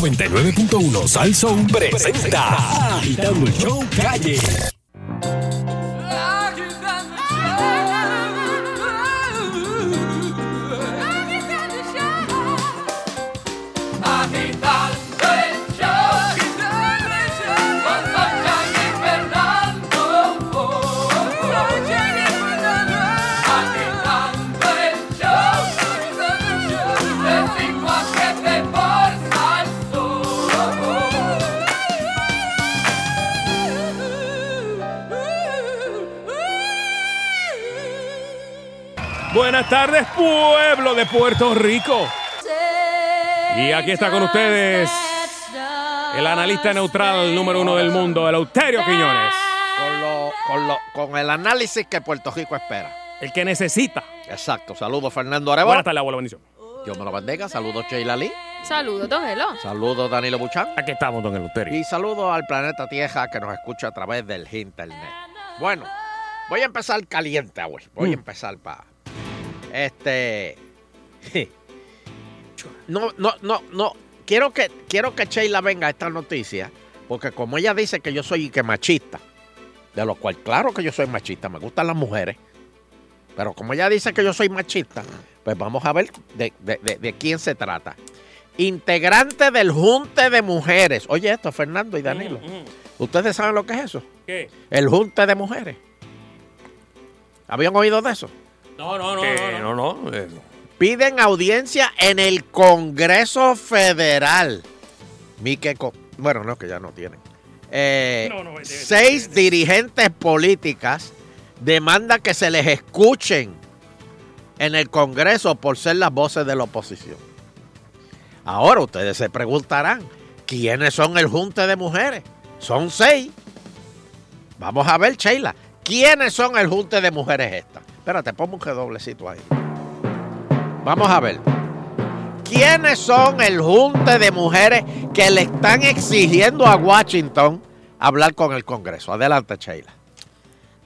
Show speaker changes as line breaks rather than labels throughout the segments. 99.1 Sal Soul presenta Agitando el Show Calle.
Buenas tardes, pueblo de Puerto Rico. Y aquí está con ustedes el analista neutral número uno del mundo, el Euterio Quiñones.
Con, lo- con lo- con el análisis que Puerto Rico espera.
El que necesita.
Exacto. Saludos, Fernando Arevalo.
Buenas tardes, abuelo, bendición.
Dios me lo bendiga. Saludos, Sheila Lee.
Saludos, don Elo.
Saludos, Danilo Buchan.
Aquí estamos, don Euterio.
Y saludos al planeta Tierra que nos escucha a través del internet. Bueno, voy a empezar caliente hoy. Voy a
Mm.
empezar para. Este. No, no, no, no. Quiero que, quiero que Sheila venga a esta noticia, porque como ella dice que yo soy que machista, de lo cual, claro que yo soy machista, me gustan las mujeres, pero como ella dice que yo soy machista, pues vamos a ver de, de- de- de quién se trata. Integrante del Junte de Mujeres. Oye, esto, Fernando y Danilo. ¿Ustedes saben lo que es eso?
Mm, ¿Qué?
El Junte de Mujeres. ¿Habían oído de eso?
No, no, no. no, no, eh,
Piden audiencia en el Congreso Federal. Mi que co- bueno, no, que ya no tienen. Eh,
No, no, eh,
seis dirigentes políticas demandan que se les escuchen en el Congreso por ser las voces de la oposición. Ahora ustedes se preguntarán, ¿quiénes son el Junte de Mujeres? Son seis. Vamos a ver, Sheila, ¿quiénes son el Junte de Mujeres esta? Espérate, ponme un doblecito ahí. Vamos a ver. ¿Quiénes son el junte de mujeres que le están exigiendo a Washington hablar con el Congreso? Adelante, Sheila.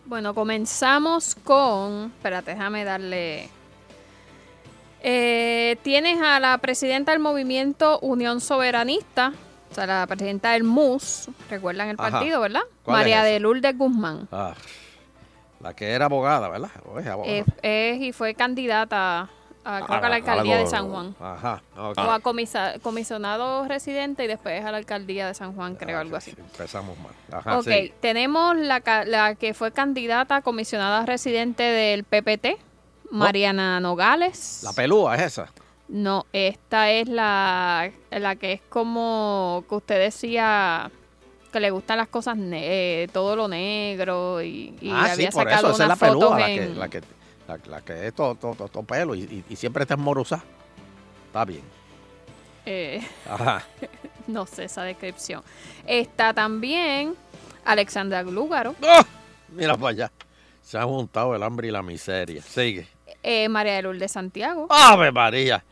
Bueno, comenzamos con. Espérate, déjame darle. Eh, tienes a la presidenta del movimiento Unión Soberanista, o sea, la presidenta del MUS, recuerdan el
Ajá.
partido, ¿verdad?
¿Cuál
María
es esa?
de Lourdes Guzmán.
Ah, la que era abogada, ¿verdad? O es abogada.
Es, es- y fue candidata a, Eh, creo que a
a-
la alcaldía
algo-
de San Juan.
Ajá. ok.
O a comisa- comisionado residente y después a la alcaldía de San Juan,
Ah,
creo, algo así.
Empezamos mal. Ajá,
ok,
Ah, sí.
tenemos la, ca- la que fue candidata a comisionada residente del PPT, Mariana Nogales.
Oh. La pelúa es esa.
no, esta es la, la que es como que usted decía que le gustan las cosas, ne- eh, todo lo negro y, y
ah, sí,
había
por eso.
sacado
Esa es la
unas fotos
pelúa, la que,
en-
la, que, la, la que es todo, todo, todo- todo pelo y, y- y siempre está morusá. Está bien.
eh,
Ajá.
no sé esa descripción. Está también Alexandra Glúgaro,
¡Ah! Mira para allá. Se han juntado el hambre y la miseria. Sigue.
eh, María de Lourdes Santiago,
Ave María,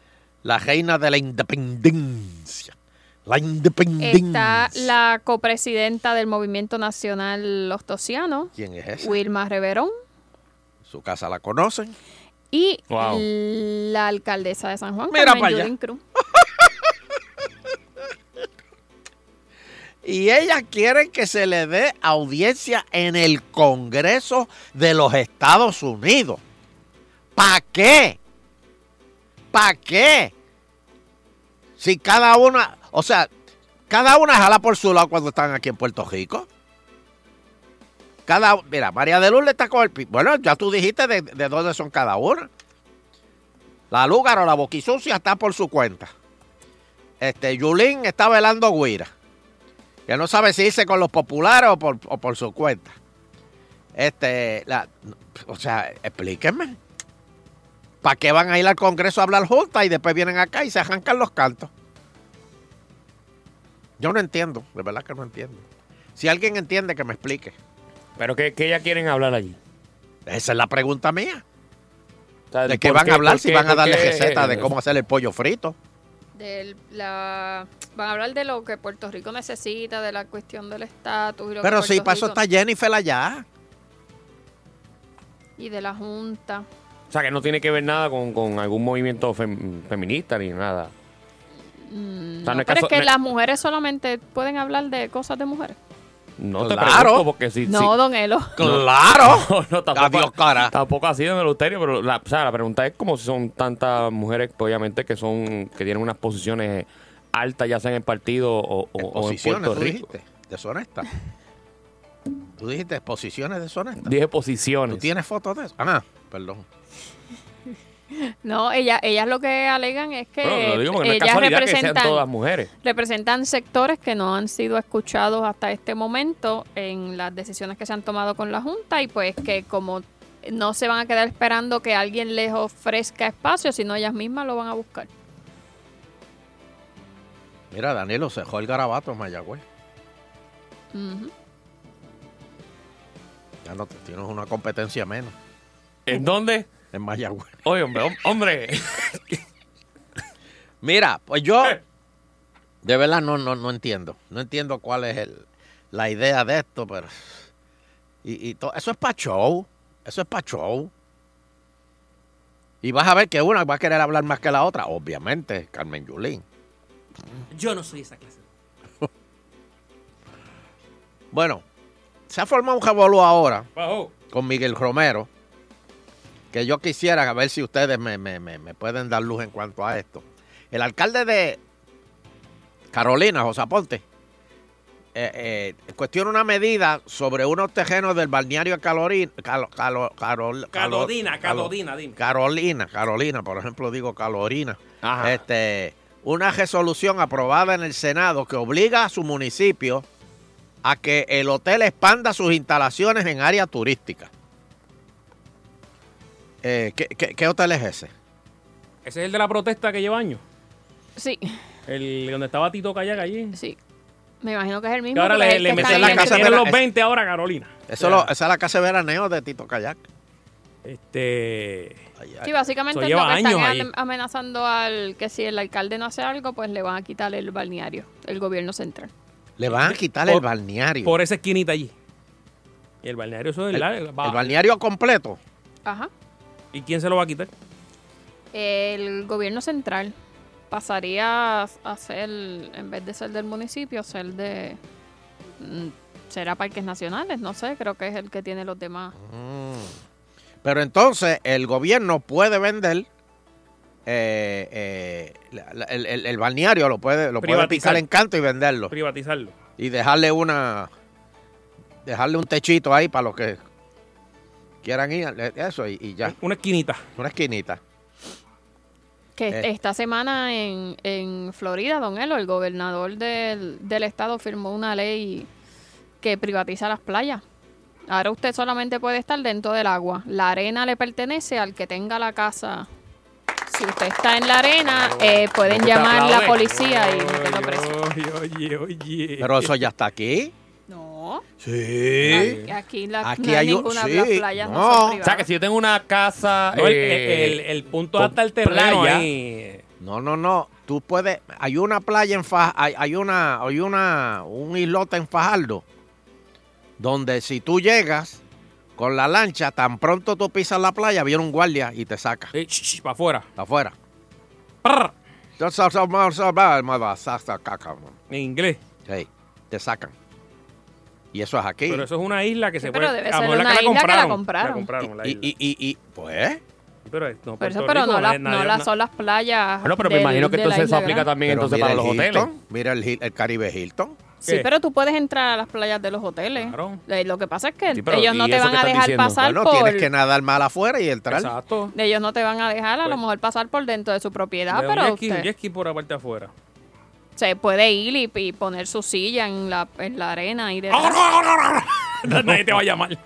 la reina de la independencia. La independencia.
está la copresidenta del Movimiento Nacional Los Tocianos,
¿Quién es esa?
Wilma Reverón
Su casa la conocen.
y
Wow.
la alcaldesa de San Juan,
Mira
Carmen
pa' allá.
Yulín Cruz.
Y ellas quieren que se le dé audiencia en el Congreso de los Estados Unidos. ¿Para qué? ¿Para qué? Si cada una, o sea, cada una jala por su lado cuando están aquí en Puerto Rico. Cada, mira, María de Lourdes está con el pi- Bueno, ya tú dijiste de, de dónde son cada una. La Lúgaro, la Boquisucia está por su cuenta. Este, Yulín está velando Guira. Que no sabe si irse con los populares o por, o por su cuenta. Este, la, o sea, explíquenme. ¿Para qué van a ir al Congreso a hablar juntas y después vienen acá y se arrancan los cantos? Yo no entiendo, de verdad que no entiendo. Si alguien entiende, que me explique.
Pero que, que ya quieren hablar allí.
Esa es la pregunta mía.
O sea,
¿De qué
¿por
van a hablar?
por
Si
qué-
van a
por
darle
qué- eh,
receta de cómo hacer el pollo frito.
Del- la- van a hablar de lo que Puerto Rico necesita, de la cuestión del estatus y lo que
Pero
Puerto
sí, pasó
Rico-
está Jennifer allá.
y de la Junta.
O sea, que no tiene que ver nada con, con algún movimiento fem- feminista ni nada.
Mm,
O sea, no
no, pero
es caso-
es que
no es-
las mujeres solamente pueden hablar de cosas de mujeres.
No te
Claro.
pregunto porque si... si-
No, don Elo.
¡Claro!
No, no, tampoco,
Adiós, cara.
tampoco ha sido en el uterio, pero la, o sea, la pregunta es como si son tantas mujeres, pues, obviamente, que son que tienen unas posiciones altas, ya sea en el partido o, o- o en
Exposiciones,
Puerto
tú
Rico.
dijiste. Deshonestas. Tú dijiste exposiciones deshonestas.
Dije
¿Tú
posiciones.
tienes fotos de eso? Ah, no, perdón.
No, ellas, ellas lo que alegan es que
Bueno, lo digo porque no es
Eh, ellas
casualidad que sean
representan,
todas mujeres.
representan sectores que no han sido escuchados hasta este momento en las decisiones que se han tomado con la Junta y pues que como no se van a quedar esperando que alguien les ofrezca espacio, sino ellas mismas lo van a buscar.
Mira, Danilo se dejó el garabato en Mayagüez.
Ujú.
Ya no te- tienes una competencia menos
¿En dónde?
en Mayagüez.
Oye, hombre, hom- hombre.
Mira, pues yo de verdad no, no, no entiendo. No entiendo cuál es el- la idea de esto, pero... Y, y to- eso es para show. Eso es para show. Y vas a ver que una va a querer hablar más que la otra. Obviamente, Carmen Yulín.
Yo no soy esa clase.
Bueno, se ha formado un revolú ahora con Miguel Romero, que yo quisiera a ver si ustedes me, me- me- me pueden dar luz en cuanto a esto. El alcalde de Carolina, José Aponte, eh, eh, cuestiona una medida sobre unos tejenos del balneario Calorín, Calo- Calo- Carol- Calo-
Calodina,
Calo-
calodina, dime.
Carolina, Carolina, por ejemplo, digo Calorina.
Ajá.
Este, una resolución aprobada en el Senado que obliga a su municipio a que el hotel expanda sus instalaciones en área turística. Eh, ¿qué, qué, qué hotel es ese?
Ese es el de la protesta que lleva años.
Sí,
El donde estaba Tito Callaga allí.
sí. Me imagino que es el
Que
mismo.
ahora
porque es
le,
el que
le
está
metieron
en
la
el
casa
centro.
de
Pero
los
es-
20 ahora, Carolina.
Eso lo- esa es la casa de veraneo de Tito Kayak.
Este.
Ay,
Sí,
ay.
básicamente
Eso
es lo
lleva
que están
años
es
ahí.
ame- amenazando al que si el alcalde no hace algo, pues le van a quitar el balneario, el gobierno central.
Le van a quitar el
Por-
balneario.
Por esa esquinita allí. Y el balneario, eso es
el,
el,
el balneario completo.
Ajá.
¿Y quién se lo va a quitar?
El gobierno central pasaría a- a ser, en vez de ser del municipio, ser de... mm, Será parques nacionales, no sé, creo que es el que tiene los demás.
Pero entonces el gobierno puede vender eh, eh, la- la- el, el- el balneario, lo puede, lo puede
Privatizar.
picar en canto y venderlo.
Privatizarlo.
Y dejarle una dejarle un techito ahí para los que quieran ir. eh, Eso, y, y ya.
Una esquinita.
Una esquinita.
Que
Eh.
esta semana en, en Florida, don Elo, el gobernador del, del estado firmó una ley que privatiza las playas. Ahora usted solamente puede estar dentro del agua. La arena le pertenece al que tenga la casa. Si usted está en la arena, eh, pueden
te
llamar a la
aplaude.
policía y meterlo preso.
Oye, oye, oye.
Pero eso ya está aquí.
No,
Sí.
aquí, aquí la,
Aquí
no hay
hay un-
ninguna
sí,
las playas no,
no.
son
O sea,
privadas.
que si yo tengo una casa...
No, el,
eh,
el- el punto
con
hasta el terreno
playa.
ahí. eh,
No, no, no. Tú puedes. Hay una playa en Fajardo. Hay, hay una. Hay una. Un islote en Fajardo. Donde si tú llegas con la lancha, tan pronto tú pisas la playa, viene un guardia y te saca.
Sí, eh, sh- sh- para afuera.
Afuera.
Prr. En inglés.
Sí, te sacan. Y eso es aquí.
Pero eso es una isla que
Sí,
se
pero
puede.
debe
a lo
ser
mejor
una isla que la compraron.
La compraron, la
y,
isla.
y, y, y- pues,
pero es- no,
Por eso,
Puerto
pero
Rico,
no, la-
nadie-
no la-
na-
son las playas.
Bueno, Ah, pero me
del-
imagino
de
que
la
entonces eso
isla
aplica
grande.
también
pero
entonces
mira
para
el
los hoteles.
Hilton, Mira el, Hil- el Caribe Hilton.
Sí,
¿Qué?
pero tú puedes entrar a las playas de los hoteles.
Claro.
Eh, Lo que pasa es que
Sí, pero
ellos no
¿y
te
eso
van
que
a
estás
dejar
diciendo?
pasar
Bueno,
por...
tienes que nadar mal afuera y entrar.
Exacto.
Ellos no te van a dejar a lo
Pues-
mejor pasar por dentro de su propiedad,
Le da un
pero
jet ski, un
usted
jet ski por la parte de afuera.
se puede ir y, y poner su silla en la, en la arena y de...
¡Ah,
nadie te va a llamar.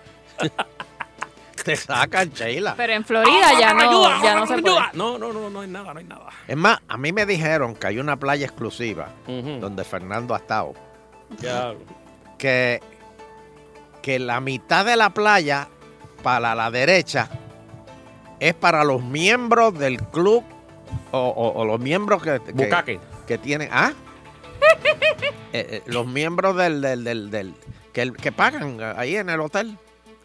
Te sacan, Sheila.
Pero en
¡Ah,
Florida ya no, ya no se puede.
Ayuda. No, no, no, no hay nada, no hay nada.
Es más, a mí me dijeron que hay una playa exclusiva
Ujú.
donde Fernando ha estado.
Diablo.
Que, que la mitad de la playa para la derecha es para los miembros del club o, o- o los miembros que, que-
Bucaque.
que tienen. ¿Ah? Eh, eh, los miembros del. del, del, del- que, el- que pagan ahí en el hotel.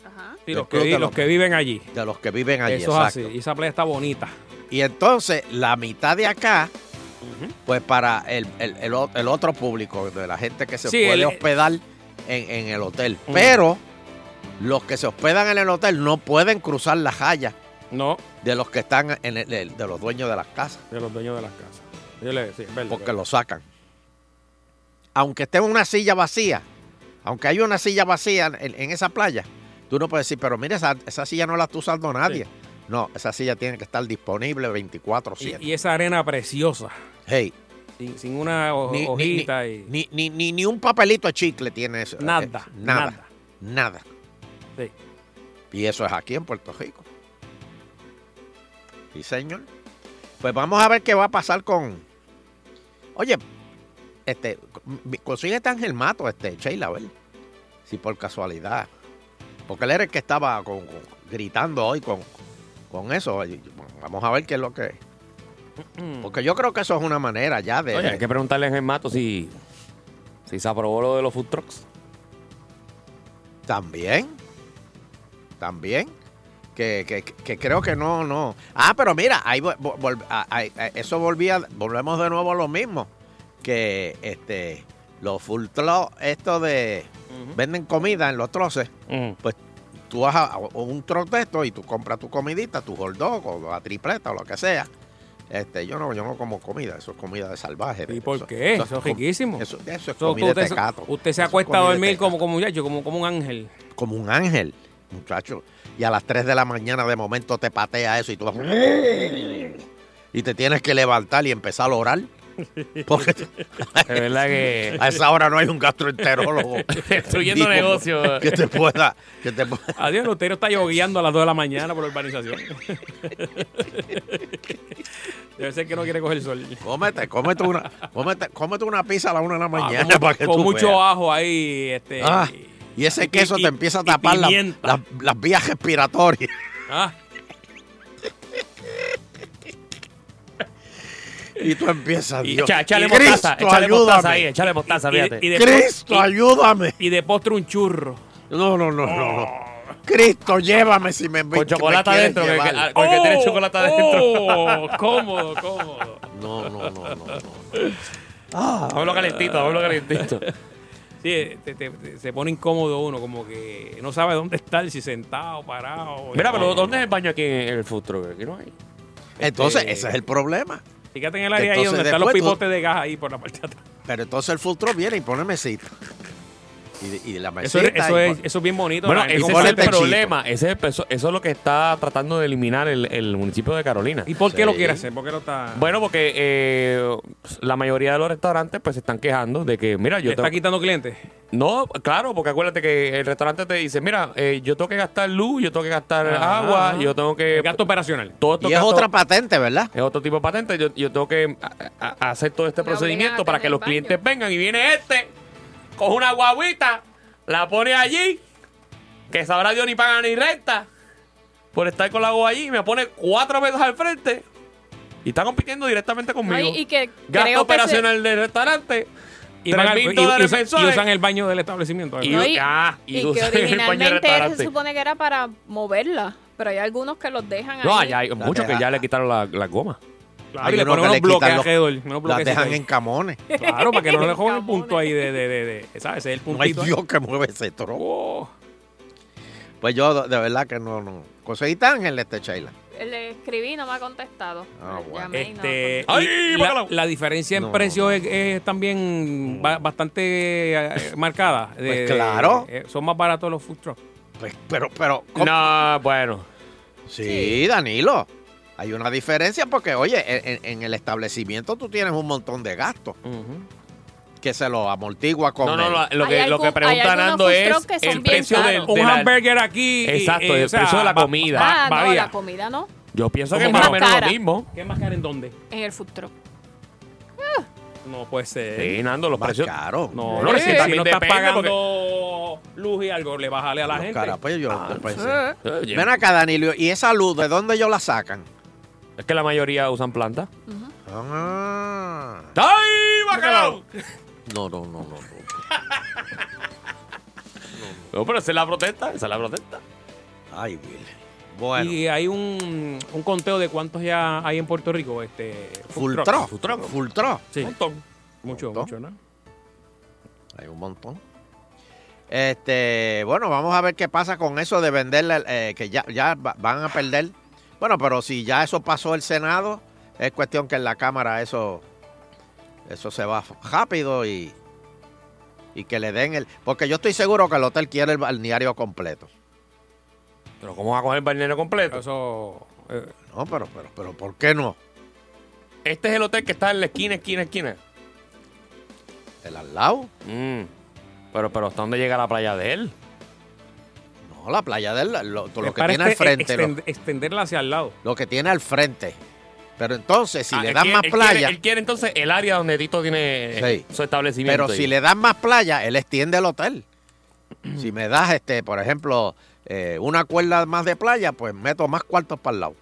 Ajá.
Sí,
El
los, que,
club
vi-
de
los
los-
que viven allí.
De los que viven allí.
Eso es así.
exacto.
Y esa playa está bonita.
Y entonces, la mitad de acá pues para el, el- el o- el otro público, de la gente que se
Sí,
puede
el-
hospedar en, en el hotel. Pero los que se hospedan en el hotel no pueden cruzar la raya
No,
de los que están en el- el- de los dueños de las casas,
de los dueños de las casas. Yo le sí, es verdad.
porque lo sacan. Aunque esté una silla vacía, aunque haya una silla vacía en, en esa playa, tú no puedes decir, pero mira, esa, esa silla no la está usando nadie. No, esa silla tiene que estar disponible 24-7.
Y, y esa arena preciosa,
Hey,
sin, sin una ho-
ni, ni,
hojita y...
ni, ni, ni- ni un papelito de chicle tiene eso.
Nada,
Eh, nada.
nada.
Nada. Pues
Sí.
Y eso es aquí en Puerto Rico. Sí, señor. Pues vamos a ver qué va a pasar con. Oye, este, mi- consíguete a Ángel Mato, este, Sheila, a ver. Si por casualidad. Porque él era el que estaba con- con- gritando hoy con, con eso. Y- y- Vamos a ver qué es lo que. Porque yo creo que eso es una manera ya de.
Oye, hay que preguntarle a Ángel Mato si, si se aprobó lo de los food trucks.
También. También. Que, que- que creo que no, no. Ah, pero mira, ahí vo- vo- vol- a- a- a- eso volvía, volvemos de nuevo a lo mismo. Que este los full tro- esto de venden comida en los troces.
Mm.
Pues tú vas a, a un troc de esto y tú compras tu comidita, tu hot dog o la tripleta o lo que sea. Este, yo no, yo no como comida, eso es comida de salvaje.
¿Y por
Eso-
qué? Eso es
com-
riquísimo.
Eso, eso es
So,
comida
usted,
de tecato.
usted se
Eso es
acuesta a
comida de
dormir
tecato
como, como, muchacho, como, como un ángel.
como un ángel, muchacho. Y a las 3 de la mañana de momento te patea eso y tú vas... Y te tienes que levantar y empezar a orar. Porque
Es verdad que
a esa hora no hay un gastroenterólogo.
Destruyendo
Digo,
negocio.
Que te pueda... Que te pueda-
Adiós, Lutero está yogueando a las 2 de la mañana por la urbanización. Debe ser que no quiere coger el sol.
Cómete, cómete una, cómete, cómete una pizza a la 1 de la mañana
Ah, con
para que
con
tú
mucho
veas.
ajo ahí. Este,
Ah, y ese queso
y-
te empieza a
y
tapar la-
pimienta.
las- las vías respiratorias.
ah,
Y tú empiezas,
Y
Dios.
echa- échale
Cristo,
mostaza, échale mostaza
ayúdame.
ahí, échale mostaza,
Y- y-
fíjate.
y de-
Cristo,
y-
ayúdame.
y de postre un churro.
No, no, no, no, no. Oh. Cristo, llévame si me
con
que me
chocolate
quieres
adentro, que,
llevar.
ah,
Oh.
que- porque tiene chocolate adentro.
Oh, cómodo, cómodo.
No, no, no, no. no.
Vámonos calentito, vámonos calentito.
Sí, te- te- te- se pone incómodo uno, como que no sabe dónde estar, si sentado, parado.
Mira, pero ¿dónde es el baño aquí en el food truck? Aquí no hay.
Entonces,
Este-
ese es el problema.
Fíjate en el área ahí
Entonces,
donde están los
después tú-
pipotes de gas ahí por la parte de atrás.
Pero entonces el futuro viene y pone mesita. Y, y la
Pues
mesita.
Eso, es, eso,
y
es, eso es bien bonito.
Bueno,
la gente
ese
como
es el
boleto chico.
problema. Ese es el peso- eso es lo que está tratando de eliminar el, el municipio de Carolina.
¿Y por qué lo
Sí.
quiere hacer? ¿Por qué no está.?
Bueno, porque eh, la mayoría de los restaurantes pues se están quejando de que, mira, yo
¿Te está
tengo...
quitando clientes?
No, claro, porque acuérdate que el restaurante te dice, mira, eh, yo tengo que gastar luz, yo tengo que gastar
Ajá,
agua,
ajá.
yo tengo que...
El gasto operacional.
todo
pa-
esto
y es
gasto-
otra patente, ¿verdad?
es otro tipo de patente. Yo, yo tengo que a- a- hacer todo este
Me obligan
procedimiento
a
para
tener
que los
baño.
clientes vengan. Y viene este, coge una guaguita, la pone allí, que sabrá Dios ni paga ni renta por estar con la guagua allí. y Me pone cuatro veces al frente y está compitiendo directamente conmigo.
Ay, y que creo que
Gasto operacional del restaurante.
Y,
tres
van al-
mil
y- y
dólares
usan,
mensuales.
y usan el baño del establecimiento.
Y-
No, y,
ah, y
y
usa
que
el baño del
originalmente
restaurante.
se supone que era para moverla, pero hay algunos que los dejan
No,
ahí.
allá hay muchos que ya le quitaron la- las gomas.
Claro,
Hay
y le
unos
ponen
que
unos
le quitan
bloques
los-
alrededor. unos
Las
bloquecitos
dejan
ahí.
en camones.
Claro, para que no le jodan el
Camones.
punto ahí de, de, de, de- ¿Sabes? Ese es el
No hay
puntito. ahí.
Dios que mueve ese trozo.
Oh.
Pues yo, de- de verdad que no, no. Conseguiste Ángel, este Sheila.
Eh, Le escribí y no me ha contestado.
Ah, bueno.
Llamé y no
Este,
me ha
y
contestado.
¡Ay,
la,
bacalao!
la diferencia en
No,
precios
no,
Es, es también ba- bastante eh, marcada. De-
Pues claro.
de- eh, son más baratos los food trucks.
Pues, pero, pero. ¿cómo?
No, bueno.
Sí, Danilo. Hay una diferencia porque, oye, en, en el establecimiento tú tienes un montón de gastos que se lo amortigua con
No, no,
el- Ah,
lo, lo
Hay
que, lo
algún-
que pregunta
hay algunos
Nando
food
es
truck que son
el
bien
precio
caros.
del,
Un
de la-
hamburger aquí. y-
Exacto,
y,
el precio de la
va-
comida.
va-
Ah, no,
varía.
la comida no.
Yo pienso que
Como
es más o
más
menos
cara.
lo mismo.
¿Qué más caro en dónde?
En el food truck.
No puede ser.
Sí, Nando, los
más
precios.
caro.
No,
Sí,
no, si, si
también
no estás
depende,
pagando luz y algo, le bajale a la
Los pues,
gente.
carapellos, yo
Ah,
pensé.
sí. Oye,
Ven acá, Danilo, ¿y esa luz de dónde ellos la sacan?
Es que la mayoría usan planta.
Ah.
¡Ay, bacalao!
No, no, no, no. no.
No, pero esa es la protesta, esa es la protesta.
Ay, Will. Bueno.
Y hay un, un conteo de cuántos ya hay en Puerto Rico. Este,
Full
truck.
truck.
Food truck.
Full truck.
Sí.
Un montón.
Mucho,
Montón.
mucho, ¿no?
Hay un montón. Este, bueno, vamos a ver qué pasa con eso de venderle, eh, que ya, ya va- van a perder. Bueno, pero si ya eso pasó el Senado, es cuestión que en la Cámara eso, eso se va f- rápido y, y que le den el... Porque yo estoy seguro que el hotel quiere el balneario completo.
Pero ¿cómo va a coger el balneario completo?
Eso. eh,
No, pero, pero, pero, ¿por qué no?
Este es el hotel que está en la esquina, esquina, esquina.
¿El al lado?
Mm. Pero, pero ¿hasta dónde llega la playa de él?
No, la playa del... Lo, lo
es
que
para
tiene al
este-
frente, lo,
extend- extenderla hacia el lado.
lo que tiene al frente. Pero entonces, si
Ah,
le
él
dan
quiere-
más
él
playa...
quiere- él quiere entonces el área donde Tito tiene
Sí.
su establecimiento.
Pero si
ahí.
le das más playa, él extiende el hotel. Si me das, este, por ejemplo, eh, una cuerda más de playa, pues meto más cuartos para el lado.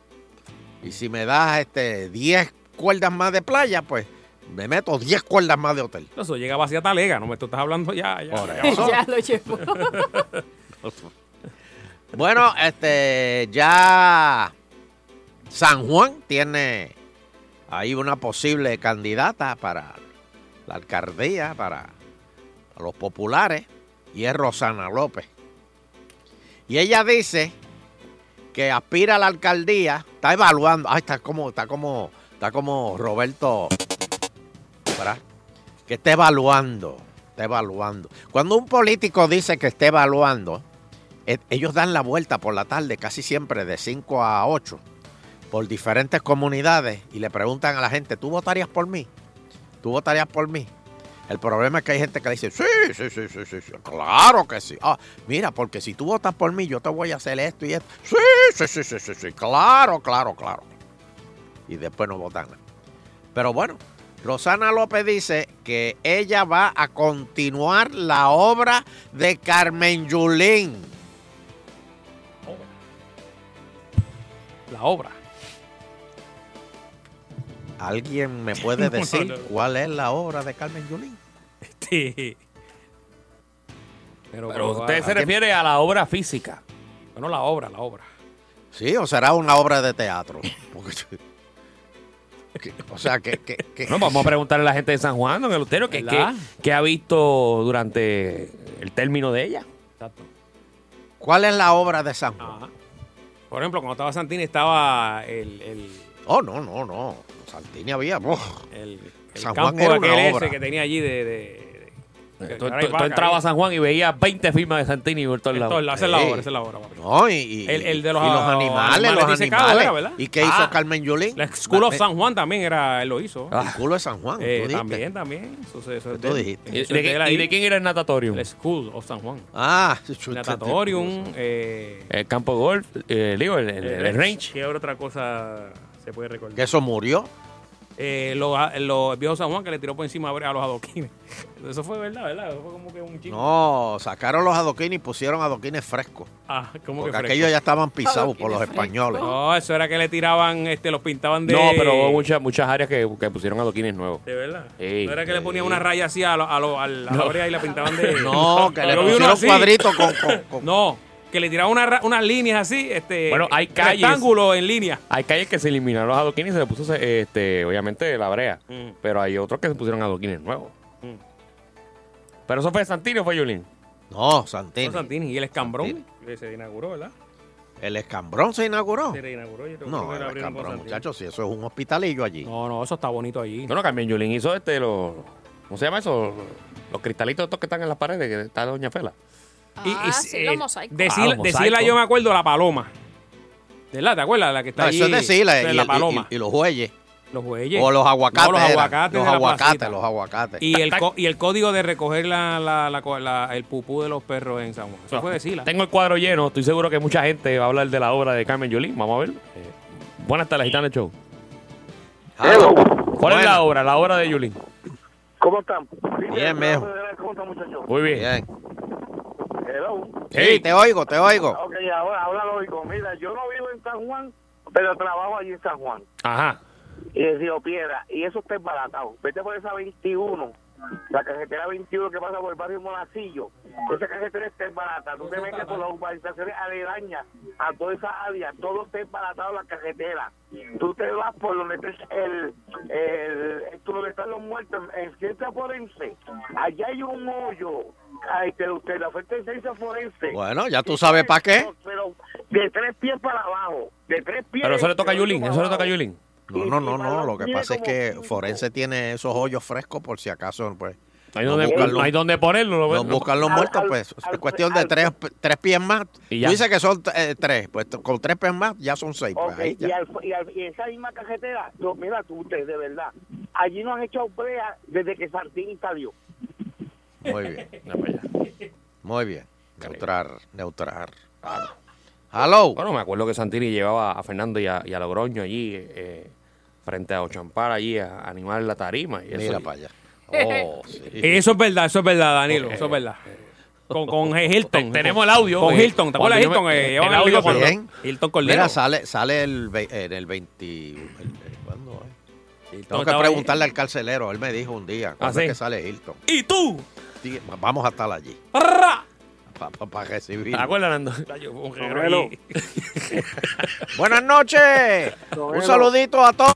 Y si me das este 10 cuerdas más de playa, pues me meto 10 cuerdas más de hotel.
Eso llegaba hacia Talega, no me tú estás hablando ya. ya,
Por
ya.
eso.
ya lo llevó.
Bueno, este, ya San Juan tiene ahí una posible candidata para la alcaldía, para, para los populares, y es Rosana López. Y ella dice que aspira a la alcaldía, está evaluando, ay, está como, está como, está como Roberto, ¿verdad? Que está evaluando, está evaluando. Cuando un político dice que está evaluando, e- ellos dan la vuelta por la tarde, casi siempre de 5 a 8, por diferentes comunidades y le preguntan a la gente, ¿tú votarías por mí? ¿Tú votarías por mí? El problema es que hay gente que dice, sí, sí, sí, sí, sí, sí, claro que sí. Ah, mira, porque si tú votas por mí, yo te voy a hacer esto y esto. Sí, sí, sí, sí, sí, sí, claro, claro, claro. Y después no votan. nada. Pero bueno, Rosana López dice que ella va a continuar la obra de Carmen Yulín.
La obra.
¿Alguien me puede decir
No, no, no.
cuál es la obra de Carmen Yulín?
Sí.
Pero
Pero, pero,
usted
ah,
se refiere a la obra física.
Bueno, la obra, la obra.
Sí, o será una obra de teatro. Porque yo- que- o sea, que, que- que-
No, vamos a preguntarle a la gente de San Juan, don Eleuterio, que,
¿Verdad?
que, que ha visto durante el término de ella.
Exacto.
¿cuál es la obra de San Juan?
Ajá. Por ejemplo, cuando estaba Santini estaba el, el,
Oh, no, no, no. Santini había. uf.
el, el
San Juan
campo
era
aquel
una
ese
obra.
que tenía allí de... de, de- de-
Tú,
de-
tú- tú entrabas a San Juan y veías 20 firmas de Santini por todos
En
lados.
todos lados. Esa es la
Sí.
obra, esa es la obra, papi.
No, y, y-
El- el de
y
los-
animales,
animales
los
disecados
animales.
era, ¿verdad?
¿Y qué
Ah.
hizo Carmen Yulín?
La School of
Me-
San Juan también era, él lo hizo.
El culo de San Juan.
Eh,
Eh. Ah, tú dijiste.
también, también. Eso, se- eso es
Tú
de-
dijiste.
¿Y
eso es
de,
de
qué-
él
y
ahí.
de quién era el natatorium?
La School of San Juan.
Ah,
Natatorium. Eh,
El campo de golf, eh, digo, el, el- el range.
¿Qué otra cosa se puede recordar?
Que eso murió.
eh, los lo, el viejo San Juan que le tiró por encima a los adoquines. Eso fue verdad, ¿verdad? Eso fue como que un chingo.
No, sacaron los adoquines y pusieron adoquines frescos.
Ah, como que
Porque
fresco.
aquellos ya estaban pisados por
Adoquines
los
frescos.
españoles.
No, eso era que le tiraban, este, los pintaban de.
No, pero hubo muchas, muchas áreas que, que pusieron adoquines nuevos.
De verdad.
Sí.
no era que le ponían una raya así a, lo- a, lo- al- a la brea y la pintaban de.
No, que le
Yo vi
pusieron
uno así.
cuadritos con, con- con-
No, que le tiraban una ra- unas líneas así, este.
Bueno, hay calles.
Rectángulo en línea.
Hay calles que se eliminaron los adoquines y se le puso, eh, este, obviamente, la brea.
Mm.
Pero hay otros que se pusieron adoquines nuevos. ¿Pero eso fue Santini o fue Yulín?
No, Santini.
No, Santini. Y el escambrón que se inauguró, ¿verdad?
El escambrón se inauguró.
Se reinauguró. yo creo
No,
que lo
el
abrieron con
escambrón,
Santini.
muchachos, si eso es un hospitalillo allí.
No, no, eso está bonito allí.
No, no, Carmen Yulín hizo este, los... ¿Cómo se llama eso? Los cristalitos estos que están en las paredes, que está Doña Fela.
Ah, sí,
eh,
los mosaicos.
de
Ah,
Sila-
los
de
mosaicos.
Sila yo me acuerdo la paloma. ¿Verdad? ¿Te acuerdas? La que está
No, eso es
allí,
decir, la,
de
y,
la
y-
paloma.
y- y los bueyes.
los bueyes.
O los aguacates.
No, los
eran.
aguacates.
Los
de la
aguacates,
placita.
los aguacates.
Y el, co- y el código de recoger la, la- la co- la- el pupú de los perros en San Juan. Eso fue de Sila.
Tengo el cuadro lleno, estoy seguro que mucha gente va a hablar de la obra de Carmen Yulín. Vamos a ver. Eh, buenas tardes, Gitano Show.
Ah,
¿Cuál es
Buenas.
la obra? La obra de Yulín.
¿Cómo están?
Bien, mijo.
¿Cómo están, muchachos?
Muy bien.
Bien.
Hello.
Sí, te oigo, te oigo.
Ok, ahora ahora lo digo. Mira, yo no vivo en San Juan, pero trabajo allí en San Juan.
Ajá.
Y he sido piedra. Y eso está embaratado. Vete por esa 21 la carretera 21 que pasa por el barrio Monacillo, esa carretera está embarata, tú te metes por las urbanizaciones aledañas a toda esa área, todo está embaratado la carretera. Tú te vas por donde está el, el, tú donde están los muertos, en ciencia forense, allá hay un hoyo, ay, pero usted, la fuente de ciencia forense.
Bueno, ya tú sabes para qué.
Pero de tres pies para abajo, de tres pies.
Pero eso le toca a
de
Yulín,
tres
eso le
para
toca a
abajo.
Yulín.
No, no, no, no. Lo que pasa es que Forense tiene esos hoyos frescos por si acaso, pues.
No hay
No
donde,
buscarlo.
no hay donde ponerlo. lo
Los
ves.
buscan los
Al-
muertos,
al-
pues. Es
al-
cuestión de
al-
tres, tres pies más.
Y
Y
ya.
Dice que son eh, tres. Pues t- con tres pies más ya son seis. Pues,
Ok,
ahí ya.
y, al- y al- y esa misma carretera, yo, mira tú, ustedes, de verdad, allí no han hecho brea desde que Sartín salió.
Muy bien.
No, pues ya.
Muy bien. Neutral, neutral. Claro. Hello.
Bueno, me acuerdo que Santini llevaba a Fernando y a, y a Logroño allí, eh, frente a Ochampar, allí a animar la tarima. Y eso,
Mira
Y-
para allá. Oh, sí.
Eh, Eso es verdad, eso es verdad, Danilo, eso es verdad. Con, con Hilton.
Tenemos el audio.
Con
Eh,
Hilton, ¿te acuerdas de
cuando yo
Hilton?
me-
Eh,
el
llevan
audio
con-
Bien.
Hilton Cordero.
Mira, sale, sale el, ve- en el 20. el- el- ¿Cuándo es? Tengo que
estaba- Ah,
preguntarle al carcelero. Él me dijo un día. ¿Cuándo
sí?
es que sale Hilton?
¿Y tú?
Sí, Vamos a estar allí.
¡Ra!
Para recibir.
¿Te acuerdas, Nando?
Sobrelo.
Buenas noches. Un
Sobrelo.
saludito a todos.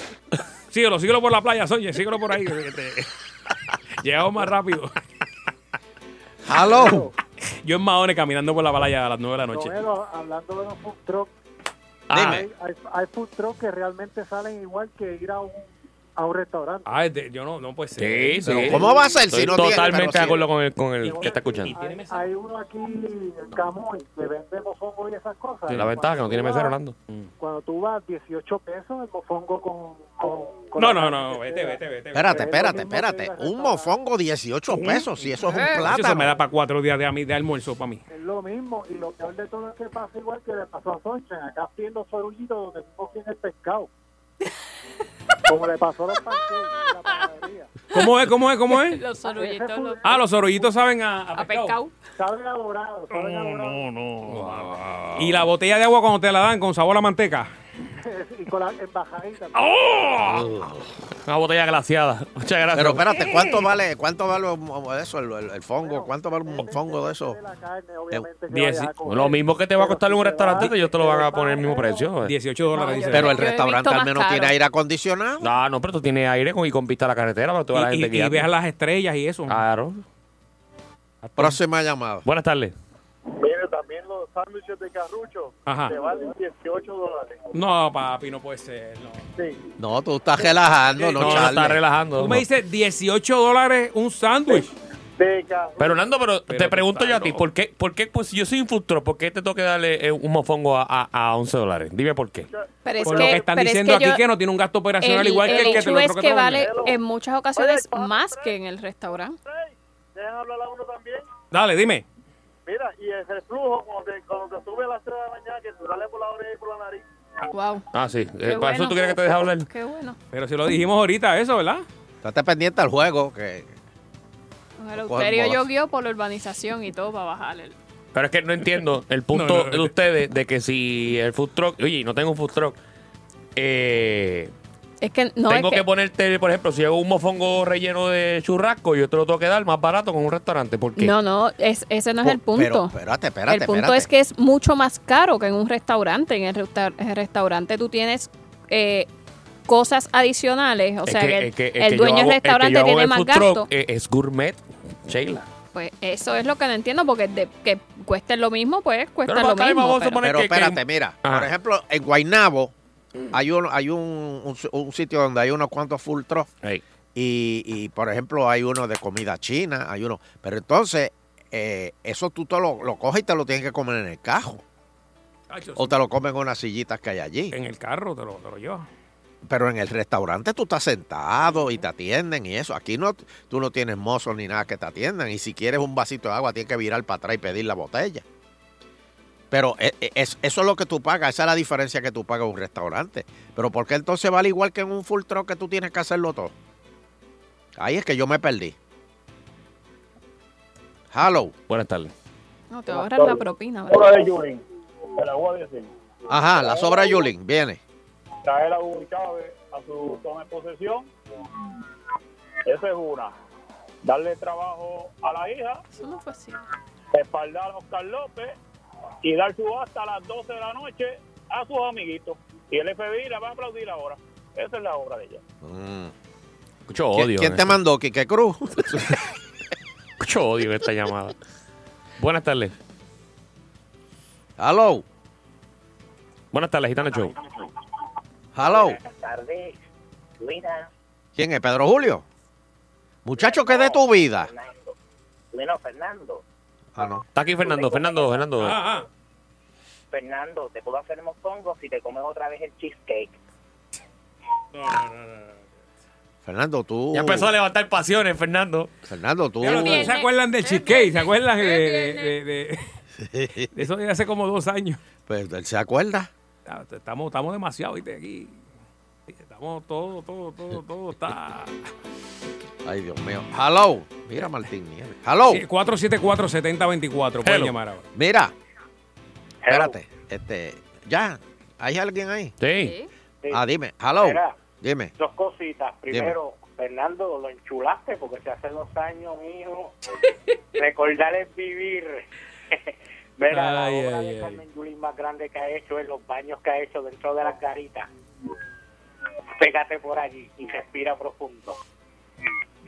Síguelo, síguelo por la playa, oye, síguelo por ahí. que te- Llegamos más rápido.
Hello.
Yo en Mahone caminando por la playa a las 9 de la noche.
Bueno, hablando de los food truck,
Ah,
Dime.
hay, hay food truck que realmente salen igual que ir a un, a un restaurante.
Ay, de- yo no, no puede ser.
sí, sí.
Pero, ¿cómo va a ser si
Estoy
no tiene-
totalmente
pero
de
sí.
acuerdo con el, con el que
Hay,
está escuchando.
hay uno aquí, el Camuy, que vende mofongo y esas cosas.
La ventaja que no tiene
Cuando tú
mesero, Mm.
vas-
Nando.
Cuando tú vas 18 pesos, el mofongo con... con- con
No,
la
no,
carne
no,
que
vete,
sea.
vete, vete. vete.
Espérate, espérate, espérate. Un mofongo 18 pesos, si eso es un
Eso se me da
plátano.
para cuatro días de, ami- de almuerzo para mí.
Es lo mismo, y lo peor de todo es que pasa igual que le pasó a Sonchen, acá pidiendo sorullitos donde no tiene el pescado. Como le pasó a los panqueques en la panadería.
¿Cómo es, cómo es, cómo es?
Los sorullitos, los-
Ah, los orollitos saben a, a
a
pescado.
pescado.
Saben elaborado, saben elaborado.
Y la botella de agua cuando te la dan con sabor a manteca.
y con la embajadita.
Una botella glaciada. Muchas gracias.
Pero espérate, ¿cuánto vale, cuánto vale un- eso, el, el- el fongo? ¿Cuánto vale un
este
fongo de eso?
De la
Eh,
carne, obviamente, que
diez-
vayas a comer.
lo mismo que te va a costar en un
Pero si te
restaurante,
vas-
ellos te lo van a
vas
poner el mismo precio. eh.
18 dólares, dice.
Pero el
Yo he
restaurante
visto
al
más
menos
caro.
tiene aire acondicionado.
No, no, pero tú tienes aire con- y con vista a la carretera para toda la
y,
gente
y- y
guiando.
ves las estrellas y eso.
Claro.
Próxima llamada.
Buenas tardes.
Mire, también los sándwiches de carrucho
Ajá.
Ah.
te valen 18 dólares.
No, papi, no puede ser. No.
Sí.
No, tú estás relajando,
No,
no,
no,
Charlie.
está relajando.
Tú me
no.
dices 18 dólares un sándwich.
De carrucho.
Pero Nando, pero,
Pero
te
tú
pregunto
estás
yo a ti,
loco.
¿por qué, por qué pues, si yo soy instructor, ¿por qué te tengo que darle eh, un mofongo a, a, a 11 dólares? Dime por qué.
Pero es
Por
que,
lo que están
pero es
diciendo aquí
yo-
que no tiene un gasto operacional igual que el que te
hecho
lo
es
otro
que,
que te lo
vale
venden.
en muchas ocasiones más que en el restaurante.
Ey, Dejan hablar a uno también.
Dale, dime.
Mira, y el reflujo, cuando te, cuando te sube a las 3 de la mañana, que te sale por la oreja y por la nariz.
Wow.
Ah, sí. Eh,
Qué
¿Para
bueno.
eso tú quieres que te deje hablar?
Qué bueno.
Pero si lo dijimos ahorita, eso, ¿verdad?
Estate pendiente al juego. Que...
Con
Lo
el
cogen
Euterio
bolas.
yo guío por la urbanización y todo para bajar el...
Pero es que no entiendo el punto
No, no, no.
de ustedes de que si el food truck... Oye, no tengo un food truck. Eh,
Es que no
tengo
es
que...
que,
ponerte, por ejemplo, si hago un mofongo relleno de churrasco, yo te lo tengo que dar más barato con un restaurante. ¿Por qué?
No, no, es, ese no es el punto.
Pero, espérate, espérate,
el punto
espérate.
es que es mucho más caro que en un restaurante. En el, resta- en el restaurante tú tienes eh, cosas adicionales. O
Es
sea,
que-
que, el,
es que- es
el
que yo
dueño
hago-
del
es que yo
restaurante
hago
tiene
el
más
food truck,
gasto.
eh, es gourmet, Sheila.
Pues eso es lo que no entiendo, porque de, que cueste lo mismo, pues cuesta
Pero
lo
está bien,
mismo.
vamos a
pero-
suponer-
Pero
que- que-
espérate, mira.
Ajá.
Por ejemplo, en Guaynabo hay, un, hay un, un, un sitio donde hay unos cuantos full truck.
Ey.
Y, y, por ejemplo, hay uno de comida china, hay uno. Pero entonces, eh, eso tú te lo, lo coges y te lo tienes que comer en el cajo. O te lo comen en unas sillitas que hay allí.
En el carro te lo, te lo llevas.
Pero en el restaurante tú estás sentado y te atienden y eso. Aquí no, tú no tienes mozos ni nada que te atiendan. Y si quieres un vasito de agua, tienes que virar para atrás y pedir la botella. Pero e- e- es- eso es lo que tú pagas. Esa es la diferencia que tú pagas en un restaurante. Pero ¿por qué entonces vale igual que en un full truck que tú tienes que hacerlo todo? Ahí es que yo me perdí. Hello.
Buenas tardes.
No, te ahorras la propina, ¿verdad?
Hora de Yulín, te la voy a decir.
Ajá, la sobra Yulín. Viene.
Traer a Hugo Chávez a su toma de posesión Esa es una. Darle trabajo a la hija,
Eso no fue así.
espaldar a Oscar López y dar subasta a las 12 de la noche a sus amiguitos. Y el FBI la va a aplaudir ahora. Esa es la obra de ella.
Mm.
Mucho
¿Qui-
odio.
¿Quién
en este
te
esta-
mandó? Quique Cruz.
Mucho odio en esta llamada. Buenas tardes.
Hello.
Buenas tardes, Gitano Show.
Hello.
tardes. Mira,
¿Quién es? ¿Pedro Julio? Muchacho, ¿qué es de tu vida?
bueno, Fernando,
Ah, no.
Está aquí Fernando, Fernando, Fernando.
Ah, ah.
Fernando, te puedo hacer mozongo si te comes otra vez el cheesecake.
Fernando, tú.
Ya empezó a levantar pasiones, Fernando.
Fernando, tú.
Ya lo-
Bien.
¿Se acuerdan del cheesecake? ¿Se acuerdan de, de,
Bien.
de- de- de eso de hace como dos años?
Pues él se acuerda.
Ah, Estamos, estamos demasiado, ¿viste? Aquí. Estamos todo, todo, todo, todo. Está.
Ay, Dios mío. Hello. Mira, Martín Nieves. Hello.
Sí, 474-7024. Pueden
Hello.
llamar ahora.
Mira. Espérate. Este. Ya. ¿Hay alguien ahí?
Sí.
Ah, dime. Hello.
Mira.
Dime.
Dos cositas. Primero, Fernando, lo enchulaste porque se hace dos años, hijo. Recordar es vivir. Mira,
Ay,
la obra
ay,
de
ay.
Carmen Yulín más grande que ha hecho es los baños que ha hecho dentro de las garitas. Pégate por allí y respira profundo.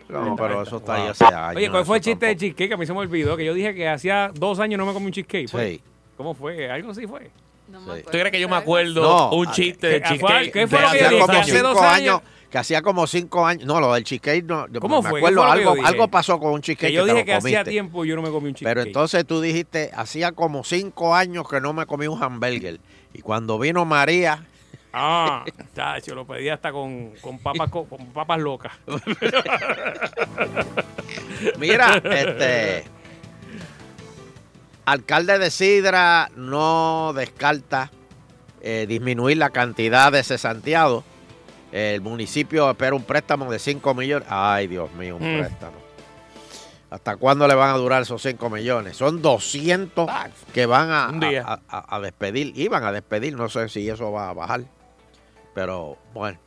No, pero eso está ahí hace años.
Oye, ¿cuál fue el
eso
chiste de
tampoco.
cheesecake? Que a mí se me olvidó. Que yo dije que hacía dos años no me comí un cheesecake. ¿fue?
Sí.
¿Cómo fue? Algo así fue.
No
Sí.
me acuerdo.
¿Tú crees que yo me acuerdo
No,
un
ah,
chiste de
¿qué-
cheesecake?
qué fue
de
lo que yo
Hacía
hace
dije?
dos
como
años?
Hace dos
cinco
años.
años. Que hacía como cinco años. No, lo del cheesecake no. yo
¿Cómo
me
fue?
acuerdo
¿Qué fue lo que
algo,
yo dije?
algo pasó con un cheesecake.
Que yo
te
dije
lo
que hacía
comiste.
tiempo yo no me comí un cheesecake.
Pero entonces tú dijiste, hacía como cinco años que no me comí un hamburger. Y cuando vino María,
Ah, chacho, lo pedí hasta con, con, papas, co- con papas locas.
mira, este. Alcalde de Sidra no descarta eh, disminuir la cantidad de cesanteados. El municipio espera un préstamo de 5 millones. Ay, Dios mío, un
Mm.
préstamo. ¿Hasta cuándo le van a durar esos 5 millones? Son 200 que van a,
Ah, Un día.
a- a- a despedir. Iban a despedir, no sé si eso va a bajar. Pero bueno.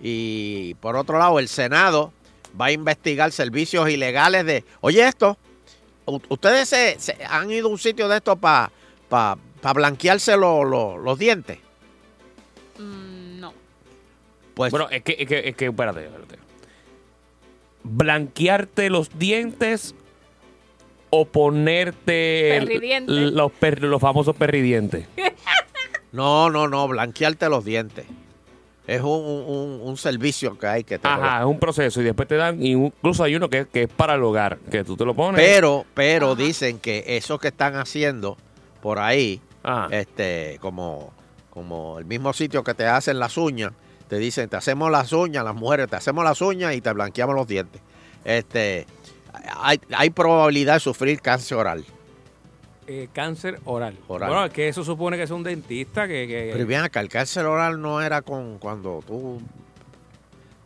Y por otro lado, el Senado va a investigar servicios ilegales de... Oye, esto, u- ¿ustedes se, se han ido a un sitio de esto para pa, pa blanquearse lo- lo- los dientes?
Mm, no.
Pues
Bueno, es que, es que, es que, espérate, espérate. Blanquearte los dientes o ponerte el-
Perridiente.
los, per- los famosos perridientes.
No, no, no, blanquearte los dientes. Es un, un- un servicio que hay que tener.
Ajá, es un proceso y después te dan, y un- incluso hay uno que, es- que es para el hogar, que tú te lo pones.
Pero, pero
Ajá.
dicen que eso que están haciendo por ahí,
Ah.
Ajá.
eh,
este, como, como el mismo sitio que te hacen las uñas, te dicen, te hacemos las uñas, las mujeres, te hacemos las uñas y te blanqueamos los dientes. Este, hay, hay probabilidad de sufrir cáncer oral.
Eh, cáncer oral.
Oral.
Bueno, que eso supone que es un dentista que... que-
Pero bien acá, el cáncer oral no era con cuando tú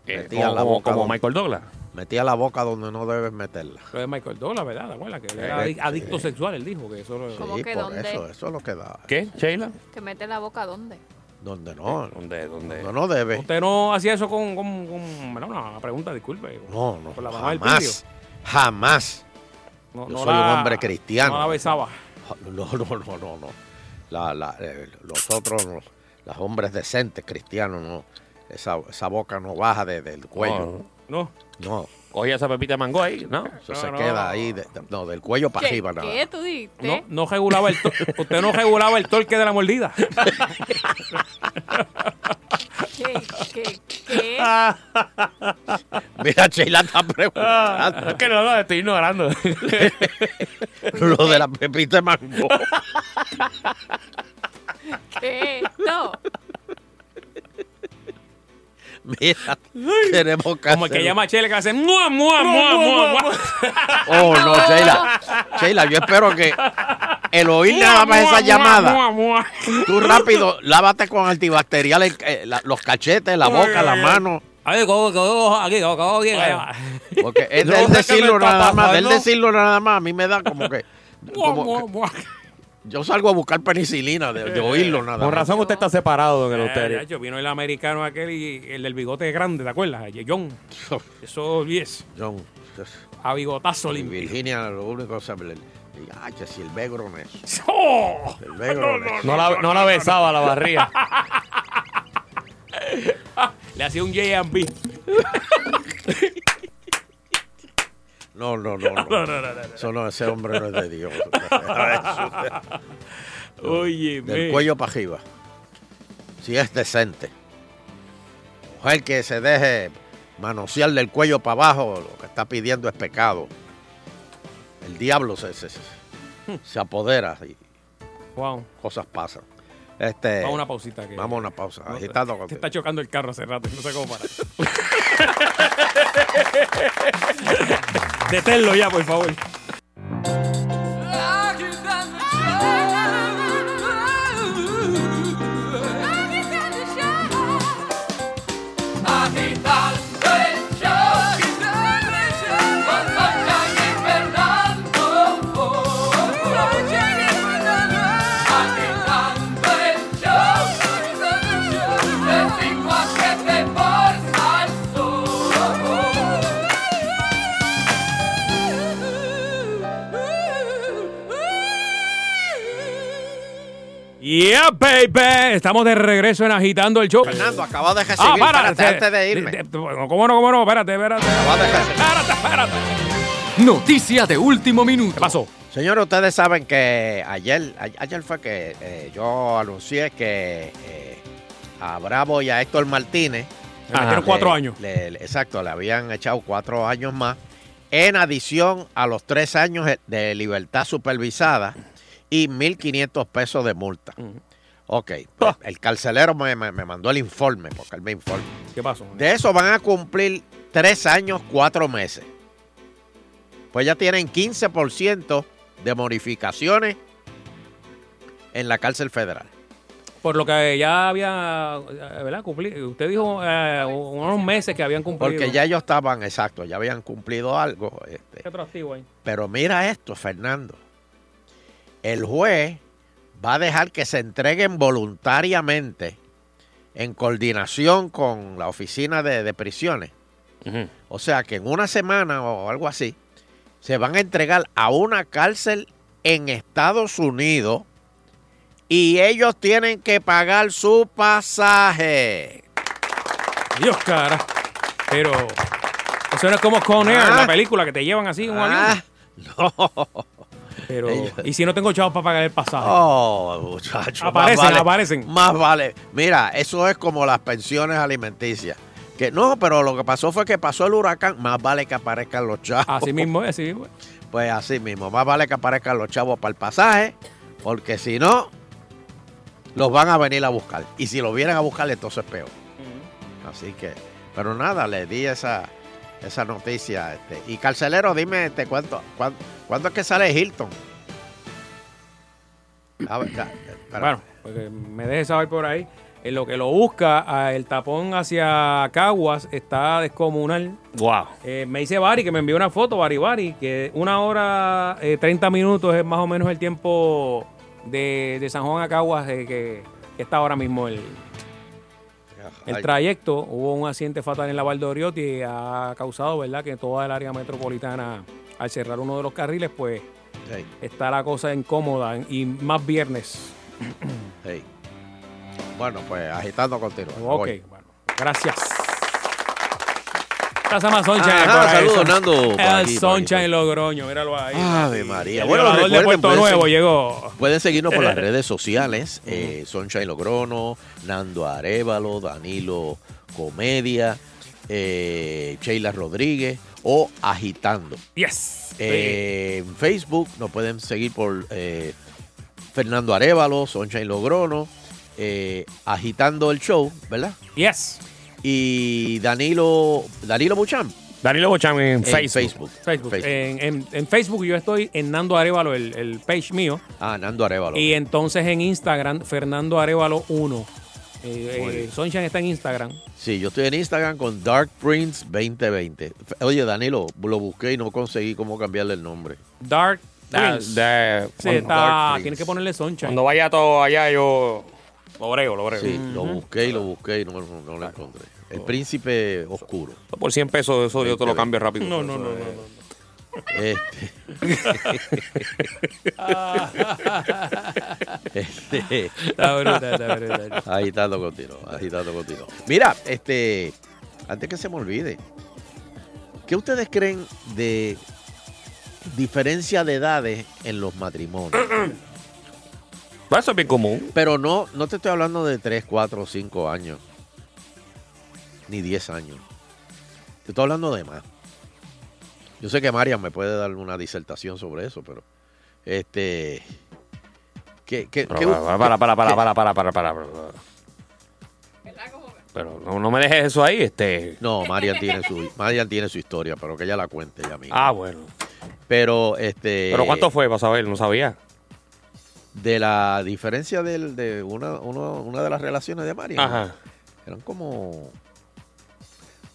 Eh,
metía
como-
la boca
como
donde-
Michael Douglas.
metías la boca donde no debes meterla.
Lo de Michael Dola, ¿verdad? ¿Te acuerdas? Que él era
Sí,
adic- adicto
sí.
sexual, él dijo que eso lo...
¿Cómo
Eh, Sí,
que
por
dónde?
eso, eso es lo que da.
¿Qué, Sheila?
¿Que mete la boca dónde?
Donde no,
¿Dónde? ¿Dónde?
no, no debe.
Usted no hacía eso con... con, con- bueno, una pregunta, disculpe.
No, no,
Con la mamá del pillo.
jamás. Jamás.
No,
Yo
no
soy un hombre cristiano.
No la besaba.
No, no, no, no, no. La, la, eh, los otros, no. los hombres decentes, cristianos, no. Esa, esa boca no baja de- del cuello.
No.
No,
Oye, esa pepita de mango ahí, ¿no?
eso
No,
se
no.
queda ahí. de- de- no, del cuello para
¿Qué,
arriba
Ah.
nada.
¿Qué tú dijiste?
No, no regulaba el to- usted no regulaba el torque de la mordida.
¿Qué? ¿Qué? ¿Qué?
Mira, Sheila está preguntando
Ah,
Es que no, no, estoy ignorando.
lo de la pepita de mango.
¿Qué? No.
Mira, tenemos que
Como el que
hacer-
llama a Chele que hace mua, mua, mua, mua, mua.
Oh, no, Sheila. Sheila, yo espero que el oír nada más esa llamada.
Mua, mua.
Tú rápido, lávate con antibacterial el- eh, la- los cachetes, la boca, la mano.
A ver, cojo, cojo, aquí, cojo, cojo, aquí, allá.
Porque es
No
del
sé qué me
decirlo
está
nada más, del
pasando.
decirlo nada más, a mí me da como que.
Mua,
como
mua,
que-
mua.
Yo salgo a buscar penicilina de, de oírlo nada
Eh, Con
más.
razón usted está
Eh,
separado, don Eleuterio.
Yo vino el americano aquel y el del bigote grande, ¿te acuerdas? John. Eso, yes.
John,
A bigotazo
y
limpio.
Virginia, lo único que sabe. Ay, que si el begrones.
¡Oh!
El begrones.
No la, no la besaba la barriga.
Le hacía un J&B.
No, no, no. no. Eso no, ese hombre no es de Dios. Eso,
Oye,
Del cuello para arriba. Si es decente. Mujer que se deje manosear del cuello para abajo, lo que está pidiendo es pecado. El diablo se, se, se- se apodera y
Wow.
cosas pasan. Este,
Vamos a una pausita. Que
Vamos a una pausa.
No,
Agitando
te, te
contigo.
está chocando el carro hace rato. No sé cómo parar. Deténlo ya, por favor. Yeah, baby. Estamos de regreso en Agitando el Show.
Fernando, acabo de recibir. espérate, antes de irme.
este, de- de- ¿Cómo no, cómo no? Espérate, espérate.
Acabo de recibir.
Espérate, espérate.
Noticia de último minuto.
¿Qué pasó?
Señor, ustedes saben que ayer, a- ayer fue que eh, yo anuncié que eh, a Bravo y a Héctor Martínez.
Le metieron
Ah, le-
cuatro años.
le- le- exacto, le habían echado cuatro años más. En adición a los tres años de libertad supervisada y 1.500 pesos de multa. Ok, pues,
Ah.
el carcelero me, me- me mandó el informe, porque él me informa.
¿Qué pasó?
De eso van a cumplir tres años, cuatro meses. Pues ya tienen 15% de modificaciones en la cárcel federal.
Por lo que ya había, eh, ¿verdad? Cumpli- Usted dijo eh, unos meses que habían cumplido.
Porque ya ellos estaban, exacto, ya habían cumplido algo. este.
Qué atractivo ahí.
Pero mira esto, Fernando. El juez va a dejar que se entreguen voluntariamente en coordinación con la oficina de, de prisiones. O sea que en una semana o algo así, se van a entregar a una cárcel en Estados Unidos y ellos tienen que pagar su pasaje.
Dios, cara. Pero eso no es como Con Air,
Ah.
la película que te llevan así en un
Ah,
avión.
no.
Pero,
ellos-
¿y si no tengo chavos para pagar el pasaje?
Oh, muchachos.
Aparecen, aparecen.
Más vale. Mira, eso es como las pensiones alimenticias. Que no, pero lo que pasó fue que pasó el huracán. Más vale que aparezcan los chavos.
Así mismo es, así mismo es.
Pues así mismo. Más vale que aparezcan los chavos para el pasaje. Porque si no, los van a venir a buscar. Y si los vienen a buscar, entonces es peor. Así que, pero nada, le di esa, esa noticia. Este. Y carcelero, dime este, ¿cuánto, cuán- ¿cuándo es que sale Hilton? A ver, ya, espera.
Bueno, pues que me deje saber por ahí. En lo que lo busca, ah, el tapón hacia Caguas está descomunal.
Wow.
Eh, me dice Bari que me envió una foto, Bari Bari, que una hora eh, 30 minutos es más o menos el tiempo de, de San Juan a Caguas eh, que, que está ahora mismo el, el
Ay,
trayecto. Hubo un accidente fatal en la Valdoriotti y ha causado, ¿verdad?, que toda el área metropolitana, al cerrar uno de los carriles, pues
sí,
está la cosa incómoda y más viernes.
sí. Bueno, pues agitando continúa.
Ok,
Voy.
bueno, gracias. Casa más Sunshine.
Ajá,
por ahí,
saludos,
Sun-
Nando, por
El
aquí, por Ah,
Sunshine
aquí.
Logroño, míralo ahí.
Ave María.
El
Bueno,
violador de
recuerden, pues,
Puerto
pueden
Nuevo
seguir-
llegó.
Pueden seguirnos por las
Eh.
redes sociales, eh, Sunshine Logrono, Nando Arevalo, Danilo Comedia, eh, Sheila Rodríguez o Agitando.
Yes.
Eh, En Facebook nos pueden seguir por eh, Fernando Arevalo, Sunshine Logrono, eh, Agitando el Show, ¿verdad?
Yes.
Y Danilo, Danilo Buchan
Danilo Bocham en
en Facebook.
Facebook.
Facebook. eh. En, en- en Facebook yo estoy en Nando Arevalo, el, el page mío.
Ah, Nando Arevalo.
Y entonces en Instagram, Fernando Arevalo 1. Eh,
Muy
eh,
bien.
Sunshine está en Instagram.
Sí, yo estoy en Instagram con Dark Prince 2020. F- Oye, Danilo, lo busqué y no conseguí cómo cambiarle el nombre.
Dark
Ah,
Prince.
de-
Sí,
cuando,
está.
Prince.
Tienes que ponerle soncha.
cuando vaya todo allá, yo lo brego, lo brego.
Sí, lo busqué y lo busqué y no, no- no lo encontré. El príncipe oscuro.
Por 100 pesos, eso yo te lo cambio rápido.
No, no, no, no,
Eso, eh,
no.
Este. Este,
Está brutal, está brutal.
agitando continuo, agitando continuo. Mira, este, antes que se me olvide, ¿qué ustedes creen de diferencia de edades en los matrimonios?
Eso es bien común.
Pero no, no te estoy hablando de 3, 4, 5 años. Ni 10 años. Te estoy hablando de más. Yo sé que Marian me puede dar una disertación sobre eso, pero. Este. ¿Qué, qué, qué-
Para, para, para, para, para, para, para, para, para. Pero no, no me dejes eso ahí, este.
No, Marian tiene su Marian tiene su historia, pero que ella la cuente ella misma.
Ah, bueno.
Pero este
Pero ¿cuánto fue para saber? No sabía.
de la diferencia del- de una, uno- una de las relaciones de Marian.
Ajá.
Eran como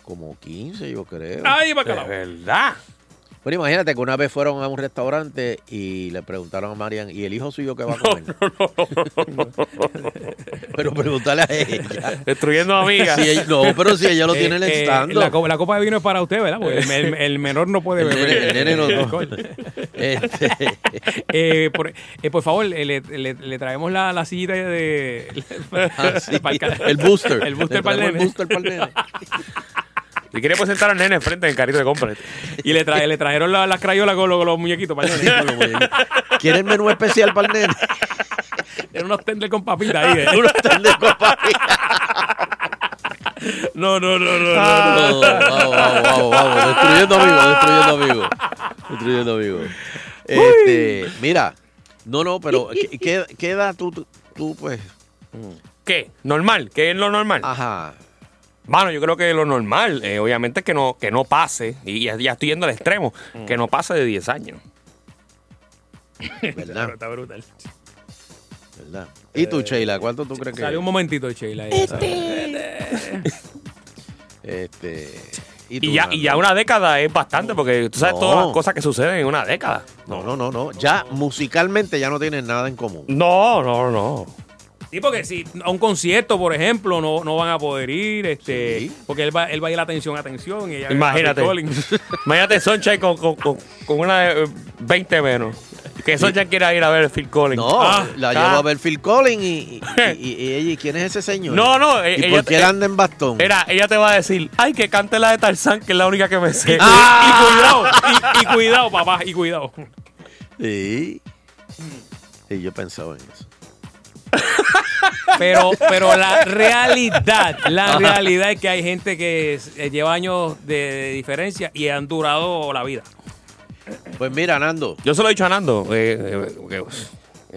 como 15, yo creo.
Ay,
De
bacalao.
verdad.
Bueno, imagínate que una vez fueron a un restaurante y le preguntaron a Marian, ¿y el hijo suyo qué va a comer? pero pregúntale a ella.
Destruyendo amigas.
Si ella- No, pero si ella lo tiene en
Eh,
el
eh,
stand.
la, co- la copa de vino es para usted, ¿verdad? Porque el, el- el menor no puede
El
beber.
nene- el nene no- no.
alcohol.
Este,
Eh, por, eh, por favor, eh, le, le- le traemos la, la sillita de.
ah, sí,
para el ca-
el booster.
El booster
Le
para el
traemos
nene.
booster para el nene.
Si quieres presentar al nene enfrente del carrito de compra.
Y le, trae, le trajeron la- las crayolas con los, con los muñequitos para el nene.
Bueno, bueno. ¿Quiere el menú especial para el nene?
Eran unos tenders con papitas ahí. eh.
Uno está de copa.
No, no, no, no.
No,
no.
no, vamos, vamos, vamos, vamos. Destruyendo amigos, destruyendo amigos. Destruyendo amigos. Este, mira, no, no, pero ¿qué, qué, qué edad tú, tú- tú, pues?
¿Qué? Normal. ¿Qué es lo normal?
Ajá.
Bueno, yo creo que lo normal, eh, obviamente, es que no, que no pase, y ya, ya estoy yendo al extremo, que no pase de 10 años.
¿Verdad?
Está brutal.
¿Verdad? ¿Y
Eh,
tú, Sheila? ¿Cuánto tú crees
Salió un
que
momentito, Sheila. ahí.
este
Y, ya,
Nando?
y ya una década es bastante, porque tú sabes
No.
todas las cosas que suceden en una década.
No, no, no, no. Ya musicalmente ya no tienen nada en común.
No, no, no.
Sí, porque si a un concierto, por ejemplo, no, no van a poder ir, este,
Sí.
porque él va, él va a ir atención, atención. Y ella
Imagínate.
a Phil Collins.
Imagínate Sunshine con, con, con, con una de eh, 20 menos. Que Sunshine quiera ir a ver Phil Collins.
No,
Ah,
la
ah.
llevó a ver Phil Collins y, y, y- y ella, ¿y ¿quién es ese señor?
No, no,
¿Y
eh,
por
ella-
qué él anda en bastón?
Era, ella te va a decir, ay, que cante la de Tarzán, que es la única que me sé.
Ah.
Y cuidado, y, y cuidado, papá, y cuidado.
Sí. Sí, yo pensaba en eso.
Pero, pero la realidad, la realidad es que hay gente que es- eh, lleva años de, de diferencia y han durado la vida.
Pues mira, Nando,
Yo se lo he dicho a Nando, eh, eh, que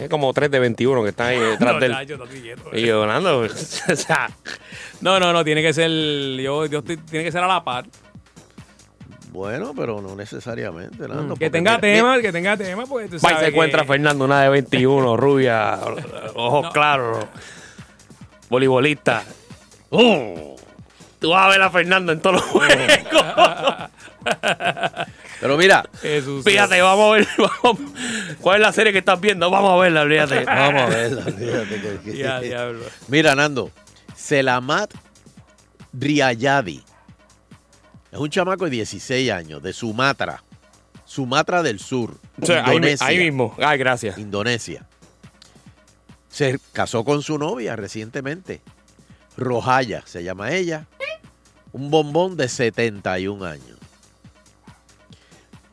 es como 3 de 21 que están ahí detrás
No,
del...
ya, yo no estoy quieto.
Y yo, Nando, o sea,
No, no, no, tiene que ser, yo, yo estoy- tiene que ser a la par.
bueno, pero no necesariamente,
Mm,
Nando.
Que
porque
tenga
mira-
tema, que tenga tema, porque tú
va y
sabes
se encuentra
que-
Fernando, una de 21, rubia, ojos
No.
claros, voleibolista. ¡Uh! Tú vas a ver a Fernando en todos los juegos.
mi- Pero mira,
Jesús.
Fíjate, vamos a ver. Vamos. ¿Cuál es la serie que estás viendo? Vamos a verla, fíjate.
vamos a verla, fíjate que- que-
Ya, diablo.
Mira, Nando, Selamat Riayadi es un chamaco de 16 años, de Sumatra, Sumatra del Sur,
O sea, ahí, mi-
Indonesia.
ahí mismo. Ay, gracias.
Indonesia. Se casó con su novia recientemente. Rojaya se llama ella. Un bombón de 71 años.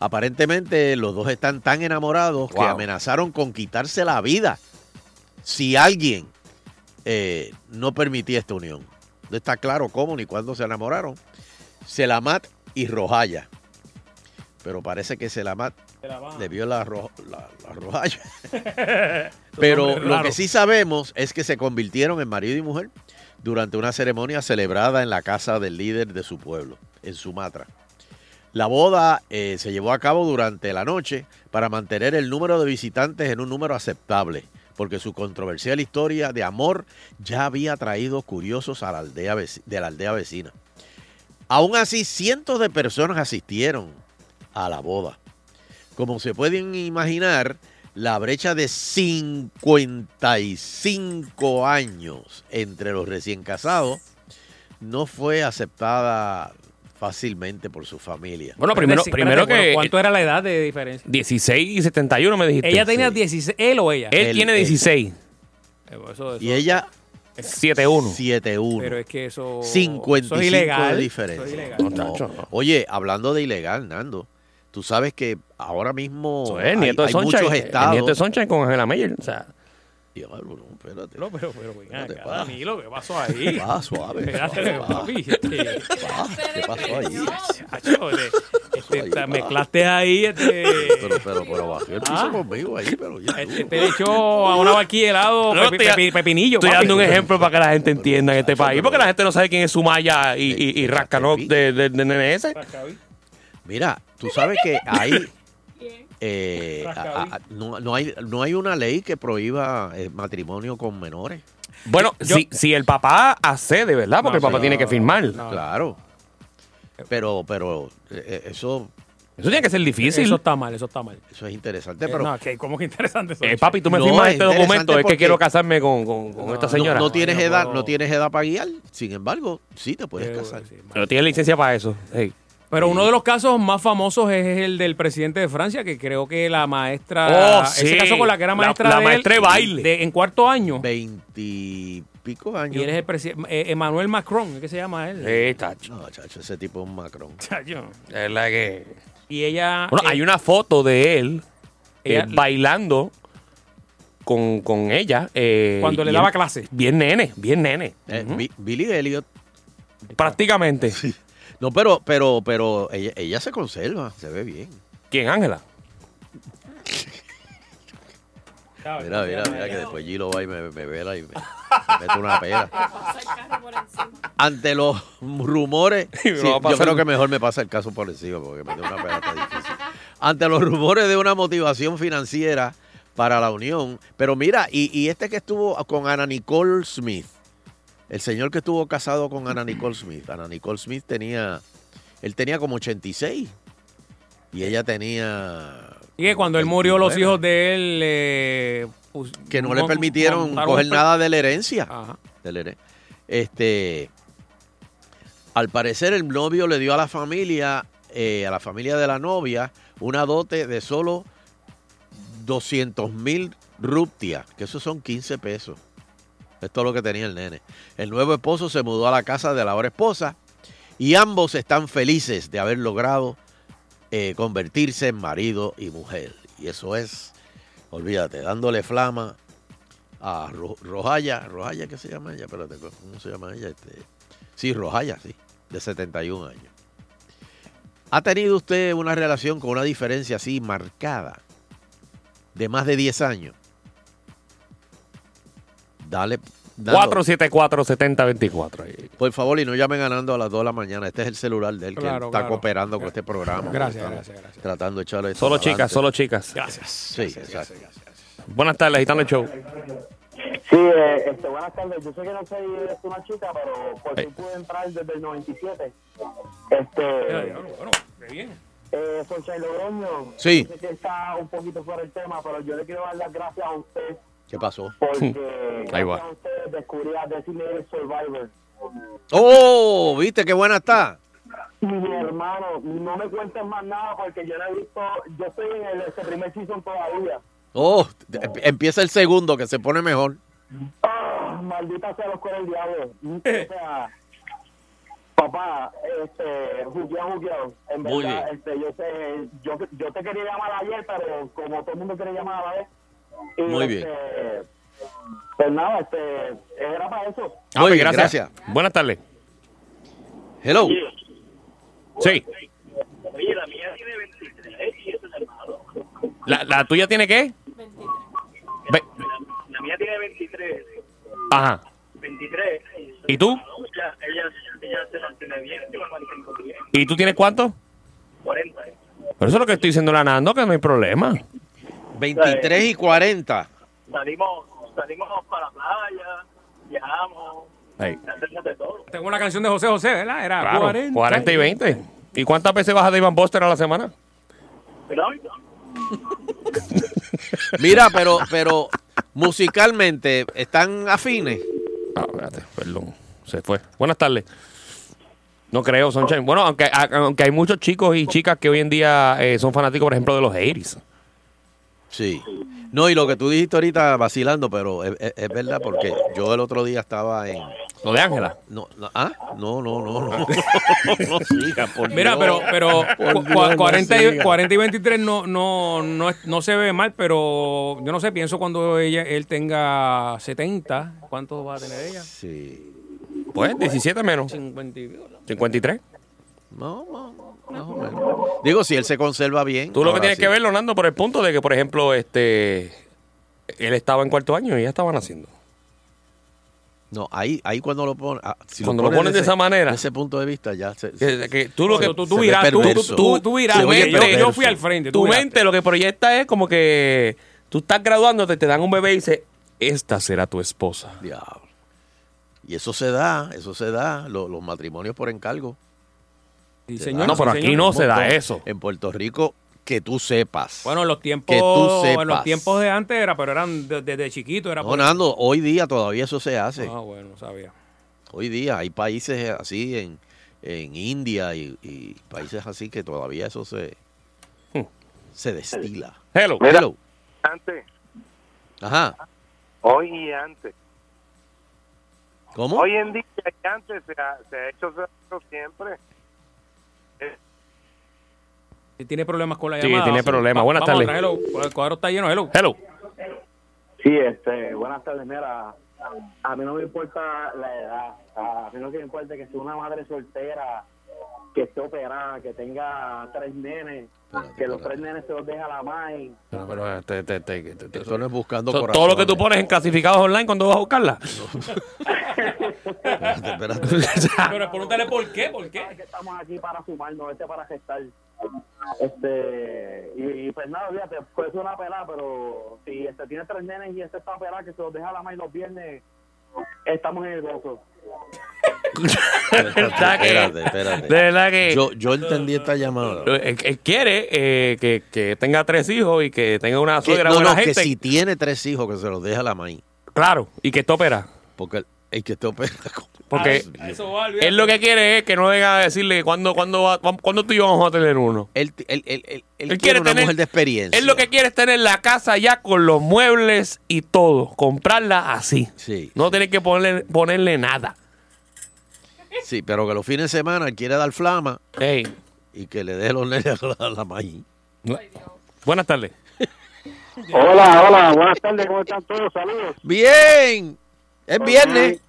Aparentemente los dos están tan enamorados que
Wow.
amenazaron con quitarse la vida si alguien eh, no permitía esta unión. No está claro cómo ni cuándo se enamoraron. Selamat y Rojaya. Pero parece que Selamat le vio la, ro- la, la rojalla. Pero
Hombre,
lo
raro.
que sí sabemos es que se convirtieron en marido y mujer durante una ceremonia celebrada en la casa del líder de su pueblo, en Sumatra. La boda eh, se llevó a cabo durante la noche para mantener el número de visitantes en un número aceptable, porque su controversial historia de amor ya había traído curiosos a la aldea veci- de la aldea vecina. Aún así, cientos de personas asistieron a la boda. Como se pueden imaginar, la brecha de 55 años entre los recién casados no fue aceptada fácilmente por su familia.
Bueno, primero,
Espérate,
primero
espérate,
que.
¿Cuánto era la edad de diferencia?
16 y 71 me dijiste.
Ella tenía
Este, sí.
16, él o ella.
Él
Él-
tiene
él.
16.
Eh,
pues,
eso-
Y
eso-
ella
7-1.
7-1.
Pero es que eso. eso es
55
ilegal,
de diferencia.
eso es ilegal.
No,
No.
tacho, no.
Oye, hablando de ilegal, Nando, tú sabes que ahora mismo
Eso es,
hay,
el Pues, nieto de
hay
Sunshine. eh,
muchos
El
estados.
nieto de Sunshine con Angela Mayer. O sea,
Diablo, no, espérate.
No, pero, pero, ven
Espérate,
acá,
pa.
Danilo, ¿qué pasó ahí?
Va, suave.
Espérate,
va, va,
papi. este,
va. ¿Qué pasó ahí?
macho, le- este,
ahí,
te
pa.
mezclaste ahí, este.
Pero, pero, pero bajé el piso
Ah.
conmigo ahí, pero ya.
Este
tú.
te echó a una barquilla de helado,
No,
pepi-
estoy-
pepi- pepinillo.
estoy
papi.
dando un ejemplo para que la gente entienda en este
muchacho,
país.
pero-
Porque la gente no sabe quién es Sumaya y, y, y Rascanoc de, de, de NNS.
Mira, tú sabes que ahí eh, a- a- no, no hay, no hay una ley que prohíba el matrimonio con menores.
Bueno,
Yo-
si, si el papá accede, ¿verdad? Porque el
No,
papá
sí,
tiene
no,
que firmar.
no.
Claro. Pero, pero eh, eh, eso,
Eso tiene que ser difícil.
Eso está mal, eso está mal.
eso es interesante. Eh, Pero
Eh, no, que como que interesante eso.
Eh, papi, tú me
No,
firmas
es
este documento.
interesante
Es que
porque-
quiero casarme con, con, con esta
no,
señora.
No,
No,
no tienes
Ay, no
edad,
puedo.
no tienes edad para guiar. Sin embargo, sí te puedes
Eh,
casar.
sí, mal.
Pero tiene licencia para eso. Ey.
Pero uno de los casos más famosos es el del presidente de Francia, que creo que la maestra.
Oh, sí.
Ese caso con la que era
La-
maestra.
la
de él,
maestra de baile.
de- en cuarto año.
Veintipico
Y
años.
él es el presidente. Emmanuel Macron, ¿qué se llama él?
Eh, tacho.
No, chacho, ese tipo es un macrón.
Chayo.
Es la que.
Y ella.
Bueno,
eh,
hay una foto de él eh,
Ella-
bailando con, con ella. eh,
Cuando le
bien-
daba clase.
Bien nene, bien nene.
Eh,
Ujú.
Bi- Billy Elliot.
Prácticamente.
No, pero, pero, pero ella, ella se conserva, se ve bien.
¿Quién, Ángela?
Mira, mira, mira, que después Gilo va y me, me vela y me, me mete una pera. Ante los rumores,
Y me
sí,
lo va a
yo
pasar.
creo que mejor me pasa el caso por encima porque me dio una pera tan difícil. Ante los rumores de una motivación financiera para la unión. Pero mira, y, y este que estuvo con Ana Nicole Smith, el señor que estuvo casado con Ana Nicole Smith, Ana Nicole Smith tenía, él tenía como 86 y ella tenía...
Y que cuando él murió, los
29.
hijos de él. eh, pus-
que no le
mon-
permitieron
montaron
coger
un- Ah.
nada de la herencia.
Ajá.
de la heren- Este, al parecer el novio le dio a la familia, eh, a la familia de la novia, una dote de solo 200 mil ruptias, que eso son 15 pesos. Esto es lo que tenía el nene. El nuevo esposo se mudó a la casa de la ahora esposa y ambos están felices de haber logrado eh, convertirse en marido y mujer. Y eso es, olvídate, dándole flama a Ro- Rojaya, Rojaya, ¿qué se llama ella? Espérate, ¿cómo se llama ella? Este, sí, Rojaya, sí, de 71 años. ¿Ha tenido usted una relación con una diferencia así marcada de más de 10 años? Dale. dando-
474-7024. Ahí.
por favor, y no llamen ganando a las 2 de la mañana. Este es el celular de él que
Claro,
está
claro.
cooperando con este programa.
Gracias,
Estamos
gracias, gracias.
Tratando de echarle esto
Solo
para
chicas,
adelante.
solo chicas.
Gracias.
Sí, exacto.
Buenas tardes, Gitano el Show.
Sí, eh, este, buenas tardes. Yo sé que no soy este, una chica, pero por
Ay.
fin pude entrar desde el 97. Este,
Bueno, qué bien.
eh, Soncha Logroño,
Sí.
sé que está un poquito fuera del tema, pero yo le quiero dar las gracias a usted
¿Qué pasó?
porque
Ahí
gracias
va.
a usted descubrí a Designated Survivor.
¡Oh! ¿Viste qué buena está?
Y mi hermano, no me cuentes más nada porque yo no he visto, yo estoy en el este primer season todavía.
¡Oh! em- Empieza el segundo, que se pone mejor.
Ah, maldita sea los cuernos del diablo. O sea, papá, este, jugueado, jugueado. En
Muy
verdad,
bien.
este, yo, sé, yo, yo te quería llamar ayer, pero como todo el mundo quiere llamar a la vez. y,
Muy bien.
este, Pues nada, este, era para eso.
Ah,
Muy
pues,
bien,
Buenas tardes.
Hello.
Sí.
¿eh?
la mía tiene 23 y eso es malo. ¿La, tuya tiene qué? 23.
La mía tiene 23,
Ajá.
23.
¿Y tú?
Ella, ella, ella se mantiene bien, se mantiene bien, ¿eh?
¿Y tú tienes cuánto?
40.
Pero eso es lo que estoy diciendo la Nando, que no hay problema.
23 y 40.
Salimos, salimos para la playa, viajamos,
Ahí.
hacemos de todo.
Tengo una canción de José José, ¿verdad? Era
Claro, 40.
40.
y 20. ¿Y cuántas veces vas a Ivan Buster a la semana?
Pero,
Mira, pero, pero musicalmente están afines.
Ah, espérate, perdón. Se fue. Buenas tardes. No creo, Sunshine. Bueno, aunque, a- aunque hay muchos chicos y chicas que hoy en día eh, son fanáticos, por ejemplo, de los Aries.
Sí. No, y lo que tú dijiste ahorita vacilando, pero es, es- es verdad porque yo el otro día estaba en...
Lo de Ángela.
No, no, ¿ah? no, no, no, no, no, no, siga, por
Mira, pero,
Dios.
pero
Por
cu-
Dios,
cua-
no
40, y,
siga.
40 y 23 no, no, no, es- no se ve mal, pero yo no sé, pienso cuando ella, él tenga 70, ¿cuánto va a tener ella?
Sí.
Pues, 17 menos.
50 y-
53.
No, no, no, más o menos. Digo, si él se conserva bien.
Tú lo que
ahora
tienes
sí.
que ver, Leonardo, por el punto de que, por ejemplo, este él estaba en cuarto año y ya estaban haciendo.
No, ahí, ahí cuando lo ponen... ah, si
Cuando lo ponen de
desde-
esa manera.
Desde ese punto de vista ya se...
Que, que tú lo que
tú,
se
tú
ve
virás, tú, tú,
perverso.
tú- tú virás,
Se ve
porque yo,
perverso.
yo fui al frente. tú
tu
viraste.
mente lo que proyecta es como que tú estás graduándote, te dan un bebé y dices, esta será tu esposa.
Diablo. Y eso se da, eso se da, lo- los matrimonios por encargo.
Sí,
Se
señor,
da.
Ah, No,
sí,
pero
señor.
aquí no se da
Montón.
eso.
En Puerto Rico, que tú sepas.
Bueno, en los tiempos,
Que tú
en los
sepas.
tiempos de antes era, pero eran de- desde chiquito era.
no,
por-
Nando, hoy día todavía eso se hace.
Ah, bueno, no sabía.
Hoy día hay países así en, en India y, y países así que todavía eso se,
Hmm.
se destila.
Hello.
Hello.
Antes,
Ajá.
hoy y antes.
¿Cómo?
Hoy en día y antes se ha, se ha hecho se ha hecho siempre.
Si tiene problemas con la
Sí,
llamada.
tiene
vamos-
problemas.
va-
Buenas
vamos
tardes.
atrás, hello. El cuadro está lleno, hello.
Hello.
Sí, este, buenas tardes. Mira, a mí no me importa la edad. A mí no me importa que sea una madre soltera, que esté operada, que tenga tres nenes,
Espérate,
que los
espérate.
tres nenes se los deja la madre.
Pero, pero, eh, te- te- te- te- te-
Eso no es buscando
to-
corazones.
todo lo que tú pones en clasificados online cuando vas a buscarla.
Espérate, espérate.
Pero pregúntale por qué, por
Sabe que estamos aquí para sumarnos, este para gestar. Este, y, y pues nada, fíjate, puede ser una pelada, pero si este tiene tres nenes y este está pelada, que se los deja la madre los viernes, estamos en el gozo.
Está que-
Espérate, espérate.
de verdad que
Yo, yo entendí esta llamada.
eh, eh, quiere eh, que, que tenga tres hijos y que tenga una
Que,
suegra
no,
buena
no, que
gente.
si tiene tres hijos que se los deja la maíz.
Claro, y que esto opera.
Porque el, el que te opera. con-
Porque
Eso va, olvídate.
él lo que quiere es que no venga a decirle cuándo, cuándo, va- cuándo tú y yo vamos a tener uno.
Él, él- él- él- él quiere,
Él quiere
una
tener-
mujer de experiencia.
Él lo que quiere es tener la casa ya con los muebles y todo. Comprarla así.
Sí,
No tiene que ponerle, ponerle nada.
sí, pero que los fines de semana él quiere dar flama
Ey,
y que le deje los nenes a la, a la maíz.
Buenas tardes.
Hola, hola, buenas tardes, ¿cómo están todos? Saludos.
Bien, es viernes.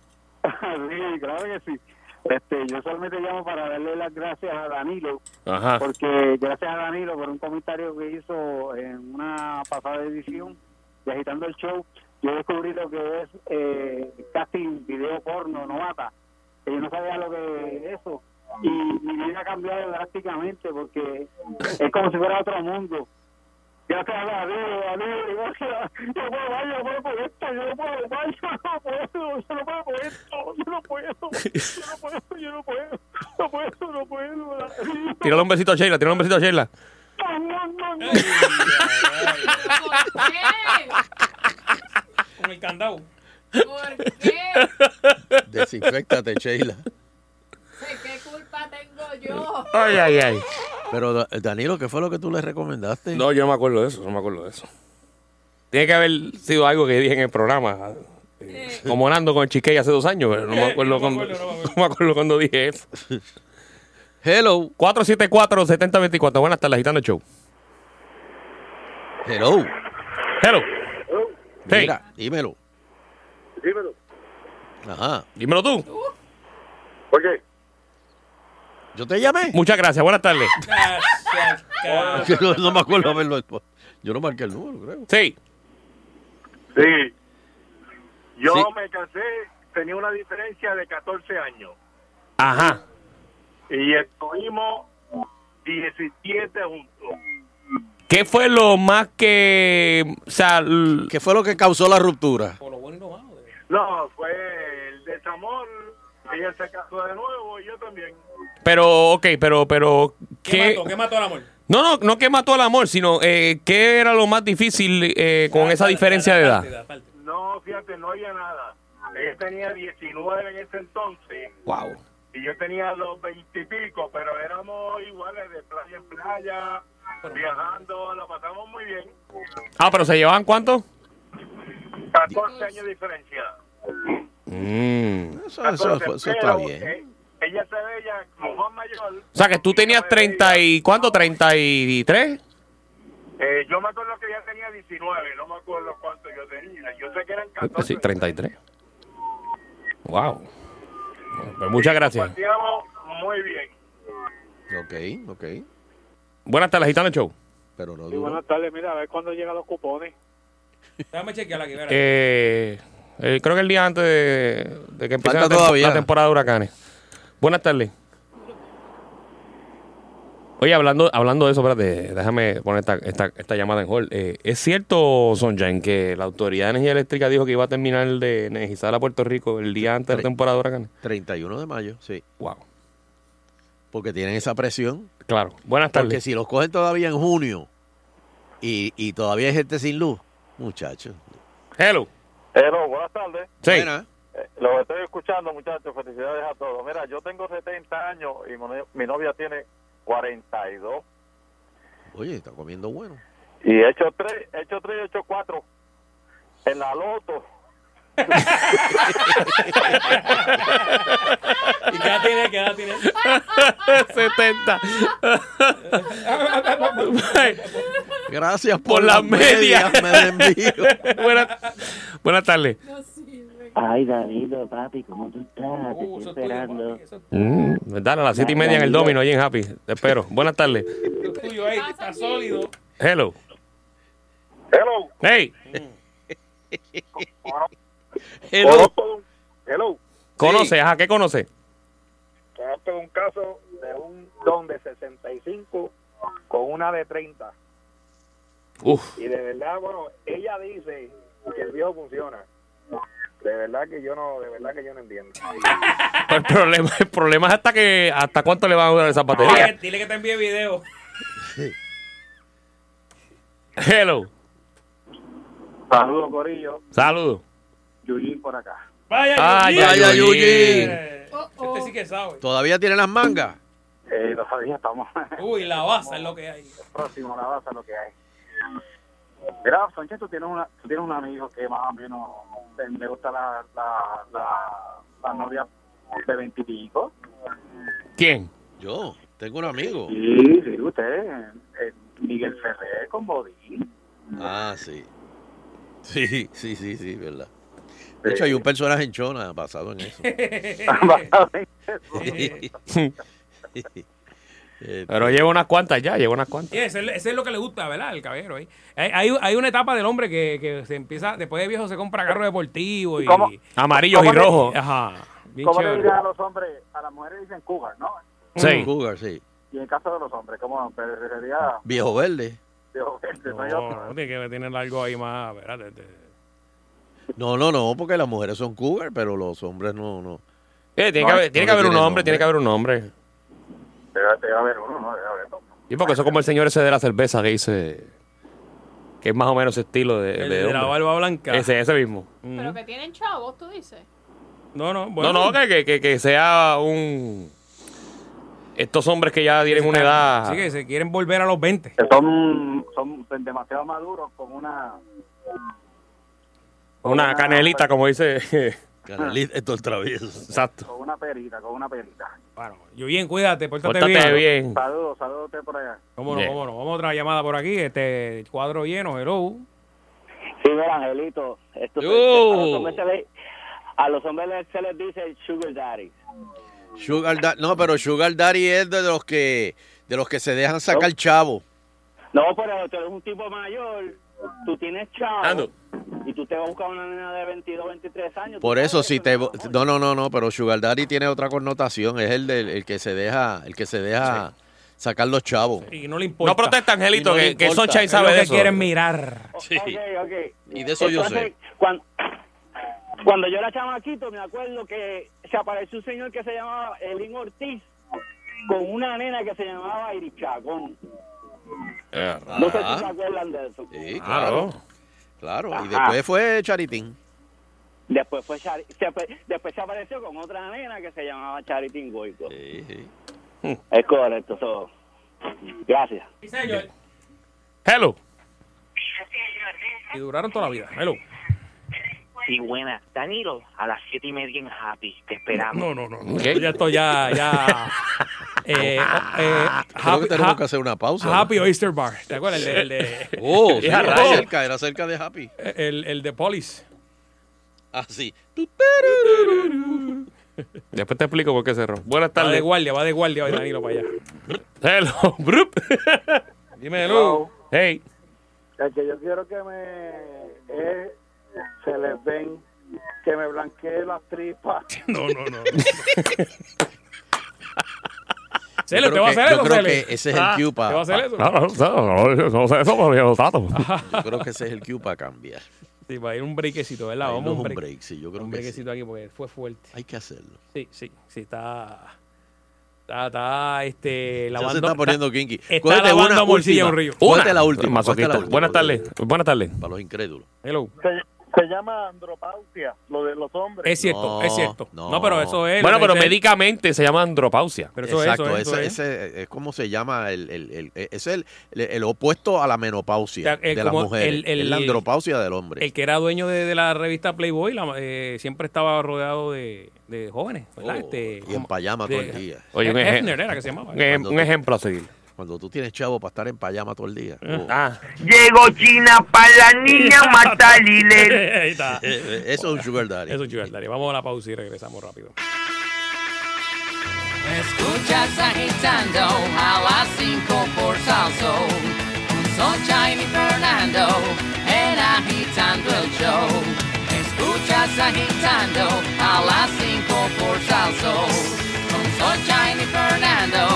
Sí, claro que sí. Este, yo solamente llamo para darle las gracias a Danilo,
Ajá.
porque gracias a Danilo por un comentario que hizo en una pasada edición de Agitando el Show, yo descubrí lo que es eh, casting video porno, no mata. Eh, Yo no sabía lo que es eso. Y mi vida ha cambiado drásticamente porque es como si fuera otro mundo. Gracias a Danilo, Danilo, gracias. Yo no puedo más, yo no puedo por esto, yo no puedo más, yo no puedo, yo no puedo por esto, yo no puedo, yo no puedo, yo no puedo, no puedo, no puedo. Danilo.
Tírale un besito a Sheila, tírale un besito a Sheila.
No, no, no, no.
¿Por qué?
Con el candado.
¿Por qué?
Desinfectate, Sheila.
¿Qué culpa tengo yo?
Ay, ay, ay.
Pero Da- Danilo, ¿qué fue lo que tú le recomendaste?
No, yo no me acuerdo de eso, no me acuerdo de eso. Tiene que haber sido algo que dije en el programa. eh, Como Nando con Chiquey hace dos años, pero no me acuerdo, cuando, no me acuerdo cuando dije eso.
Hello,
474-7024. Buenas tardes, Gitano Show.
hello.
Hello. Hey,
Mira, dímelo.
Dímelo.
Ajá.
dímelo tú.
Oye,
Yo te llamé.
Muchas gracias, buenas tardes.
Yo no, no me acuerdo haberlo. Yo no marqué el número, creo.
Sí.
sí. Yo
Sí.
me casé, tenía una diferencia de 14 años.
Ajá.
Y estuvimos 17 juntos.
¿Qué fue lo más que. O sea, l-
¿Qué fue lo que causó la ruptura?
No, fue el desamor. Ella se casó de nuevo y yo también.
pero, ok, pero, pero.
¿Qué
¿Qué,
mató? ¿Qué mató el amor?
No, no, no que mató el amor, sino eh, qué era lo más difícil eh, con esa diferencia de edad.
No, fíjate, no había nada. Él tenía 19 en ese entonces
Wow.
y yo tenía los 20 y pico, pero éramos iguales de playa en playa, viajando, lo pasamos muy bien.
Ah, pero se llevaban cuánto?
14 años de diferencia.
Mm.
Eso, eso- eso- eso está
pero,
bien.
eh, ella se veía como más mayor.
O sea, que tú tenías 30 y... ¿Cuánto? ¿33?
Eh, yo me acuerdo que ella tenía 19, no me acuerdo cuánto yo tenía. Yo sé que eran
Creo
14.
que Eh, Sí, 33. Wow. Pues muchas gracias.
Partíamos muy bien.
Ok, ok.
Buenas tardes, Gitano Show.
Pero no
Y
duro.
buenas tardes, mira, a ver cuándo llegan los cupones.
Déjame chequear la que
Eh, eh, creo que el día antes de, de que empiece la,
Falta
tempo-
todavía.
la temporada de huracanes. Buenas tardes. Oye, hablando, hablando de eso, espérate, déjame poner esta, esta, esta llamada en hold. Eh, ¿Es cierto, Sonjan, que la Autoridad de Energía Eléctrica dijo que iba a terminar de energizar a Puerto Rico el día antes de la temporada de huracanes?
31 de mayo, sí.
Wow.
Porque tienen esa presión.
Claro. Buenas
Porque
tardes.
si los cogen todavía en junio y, y todavía hay gente sin luz, muchachos.
Hello.
Pero buenas tardes.
Sí.
Buena.
Los Eh, estoy escuchando, muchachos. Felicidades a todos. Mira, yo tengo 70 años y mi no- mi novia tiene 42.
Oye, está comiendo bueno.
Y he hecho eh, 3, he hecho 3 y he hecho 4 en la loto.
¿Y qué edad tiene? ¿Qué edad tiene?
70.
Gracias por,
Por la media.
medias, me la envío.
Buenas, buenas tardes.
Ay, Danilo, papi, ¿cómo tú estás? Te estoy esperando.
Mm, dale, a las siete y media en el domino, allí en Happy. Te espero. Buenas tardes.
tuyo ahí, está sólido.
Hello.
Hello.
Hey,
Hello.
Conozco, hello.
¿conoces? Ajá, ¿qué conoces?
Conozco un caso de un don de 65 con una de 30.
Uf.
Y de verdad, bueno, ella dice que el viejo funciona. De verdad que yo no, de verdad que yo no entiendo.
El problema, el problema es hasta que hasta cuánto le van a durar esas
Dile,
baterías.
que- dile que te envíe video.
Hello.
Saludos, Corillo.
Saludos.
Yuyin por acá.
Vaya,
Ay,
Yuji.
ay, ay,
Yuji.
Eh,
oh.
Este sí que sabe.
¿Todavía tiene las mangas?
Eh, todavía estamos
Uy, la baza es lo que hay.
próximos a la base, lo que hay. Graf, Sánchez, tú tienes, una, tú tienes un amigo que más o menos te- le gusta la, la, la, la novia de veintipico.
¿Quién?
Yo, tengo un amigo.
Sí, sí, usted, eh, Miguel Ferrer con Bodín.
Ah, sí. Sí, sí, sí, sí, verdad. De hecho, hay un personaje en Chona basado en eso. Eh,
Pero lleva unas cuantas ya, lleva unas cuantas.
Sí, ese, es- ese es lo que le gusta, ¿verdad? El caballero ahí. Hay, hay- hay una etapa del hombre que, que se empieza, después de viejo se compra carro deportivo y...
¿Cómo?
Amarillos y
¿Cómo le-
rojos.
Ajá. Bien
¿Cómo le
chévere.
dicen a los hombres? A las mujeres dicen cougar, ¿no?
Mm.
Sí.
Cougar, sí.
Y en el caso de los hombres, ¿cómo? Pero sería...
Viejo verde.
Digo, este, no hay
No,
otro.
no tiene que tener algo ahí más, ¿verdad? Te- te-
No, no, no, porque las mujeres son cougar, pero los hombres no, no.
Eh, tiene que haber, tiene que haber un hombre, tiene que haber un hombre.
Debe- debe haber uno, ¿no? Debe haber dos.
Y porque eso es como el señor ese de la cerveza que dice que es más o menos ese estilo de,
El
de
de la
hombre.
barba blanca.
Ese, ese mismo.
Pero que tienen chavos, tú dices.
No, no, bueno.
No, no, que- que, que, que sea un... Estos hombres que ya tienen una edad...
Sí, que se quieren volver a los 20.
Que Son, son demasiado maduros con una...
Una canelita, como dice...
Canalita, esto es travieso.
Exacto.
Con una perita, con una perita.
Bueno, yo bien, cuídate, pórtate,
Pórtate bien.
Saludos, saludos a usted por allá.
Cómo no,
Bien.
cómo no. Vamos a otra llamada por aquí. Este cuadro lleno, hello.
Sí, mira, Angelito. Esto se-
Yo.
a, los hombres se les, a los hombres les- se les dice Sugar Daddy.
Sugar Daddy, no, pero Sugar Daddy es de los que de los que se dejan sacar chavo.
No, pero tú eres un tipo mayor. Tú tienes chavo.
Ah,
Ando.
Y tú te vas a buscar una nena de 22, 23 años.
Por
tú
eso
sabes
si
no
te
es amor.
no no no no, pero Sugar Daddy tiene otra connotación, es el del el que se deja el que se deja sacar los chavos.
Y no le importa.
No protesta, Angelito,
Y no le
que, que
importa.
Sunshine
Es lo
sabe de
que
eso.
quieren mirar.
Sí.
Ok, ok.
Y de eso yo
Entonces,
sé.
Cuando, cuando yo era chamaquito, me acuerdo que se apareció un señor que se llamaba Elín Ortiz con una nena que se llamaba Irichagón.
No sé si se acuerdan de eso.
Ah. Sí, claro. Claro, y después fue Charitín.
Después fue Chari- se ape- después se apareció con otra nena que se llamaba Charitín Goico. Es correcto, so. Gracias.
Hello. Y duraron toda la vida. Hello.
Sí, buena. Danilo, a las siete y media en Happy. Te esperamos.
No, no, no. no.
Ok.
Ya estoy, ya, ya. Eh, eh,
Creo que tenemos
ha-
que hacer una pausa. ¿no?
Happy Oyster Bar. ¿Te acuerdas? El de. El de
Oh, sí,
Ya,
era
rayo.
cerca, era cerca de Happy. Ah,
el, el de Polis.
Así.
Después te explico por qué cerró. Buenas
Va de
tardes.
guardia, va de guardia hoy Danilo para allá.
Hello. Brup.
Dime, Lu.
Hey.
El que yo quiero que me es, se les ven que me blanquee las tripas.
No, no, no.
Yo
Celo,
creo
¿te va a
que-
hacer
Yo
eso,
creo
Celo?
que ese es el
Ah,
cue
¿Te va a hacer
para.
eso?
No, no, no, no, no sé eso, pero los datos.
Yo creo que ese es el cue para cambiar.
Sí, va a ir un breakecito, ¿verdad?
Ahí no
Vamos
es
a
un
un
break,
break.
sí, yo creo
un
que sí.
breakecito aquí porque fue fuerte.
Hay que hacerlo.
Sí, sí, sí, está. Está, está, este,
Ya
lavando.
se está poniendo kinky.
está
Cógete
lavando
una
morcilla
última.
en un río.
Cógete la última.
Masoquista.
cógete la última.
Buenas tardes. Buenas tardes.
Para los incrédulos.
Hello.
Se, se llama andropausia, lo de los hombres.
Es cierto,
No,
es cierto.
no.
No, pero eso es.
Bueno,
lo que
pero
dice-
médicamente se llama andropausia.
Pero eso es,
Exacto,
eso es, eso
ese,
es.
ese es como se llama el, el, el- e, es el, el, el opuesto a la menopausia
O sea, es
de las
eh, como
mujeres.
el- el-
es la andropausia del hombre.
El que era dueño de, de la revista Playboy la- eh, siempre estaba rodeado de, de jóvenes, ¿verdad?
Oh,
Este,
y en payama todo el
de-
día.
Oye, un, ejem-
Hefner era que se llamaba.
un ejem- un ejemplo a seguir.
Cuando tú tienes chavo para estar en payama todo el día. oh.
Ah,
Llegó China para la niña Matalile.
Ahí está.
Eh, eh, eso es un sugar daddy.
Eso es Sugar Daddy. Vamos a la pausa y regresamos rápido.
Escuchas agitando a las 5 por Salso. Con Sunshine y Fernando en agitando el show. Escuchas agitando a las 5 por Salso. Con Sunshine y Fernando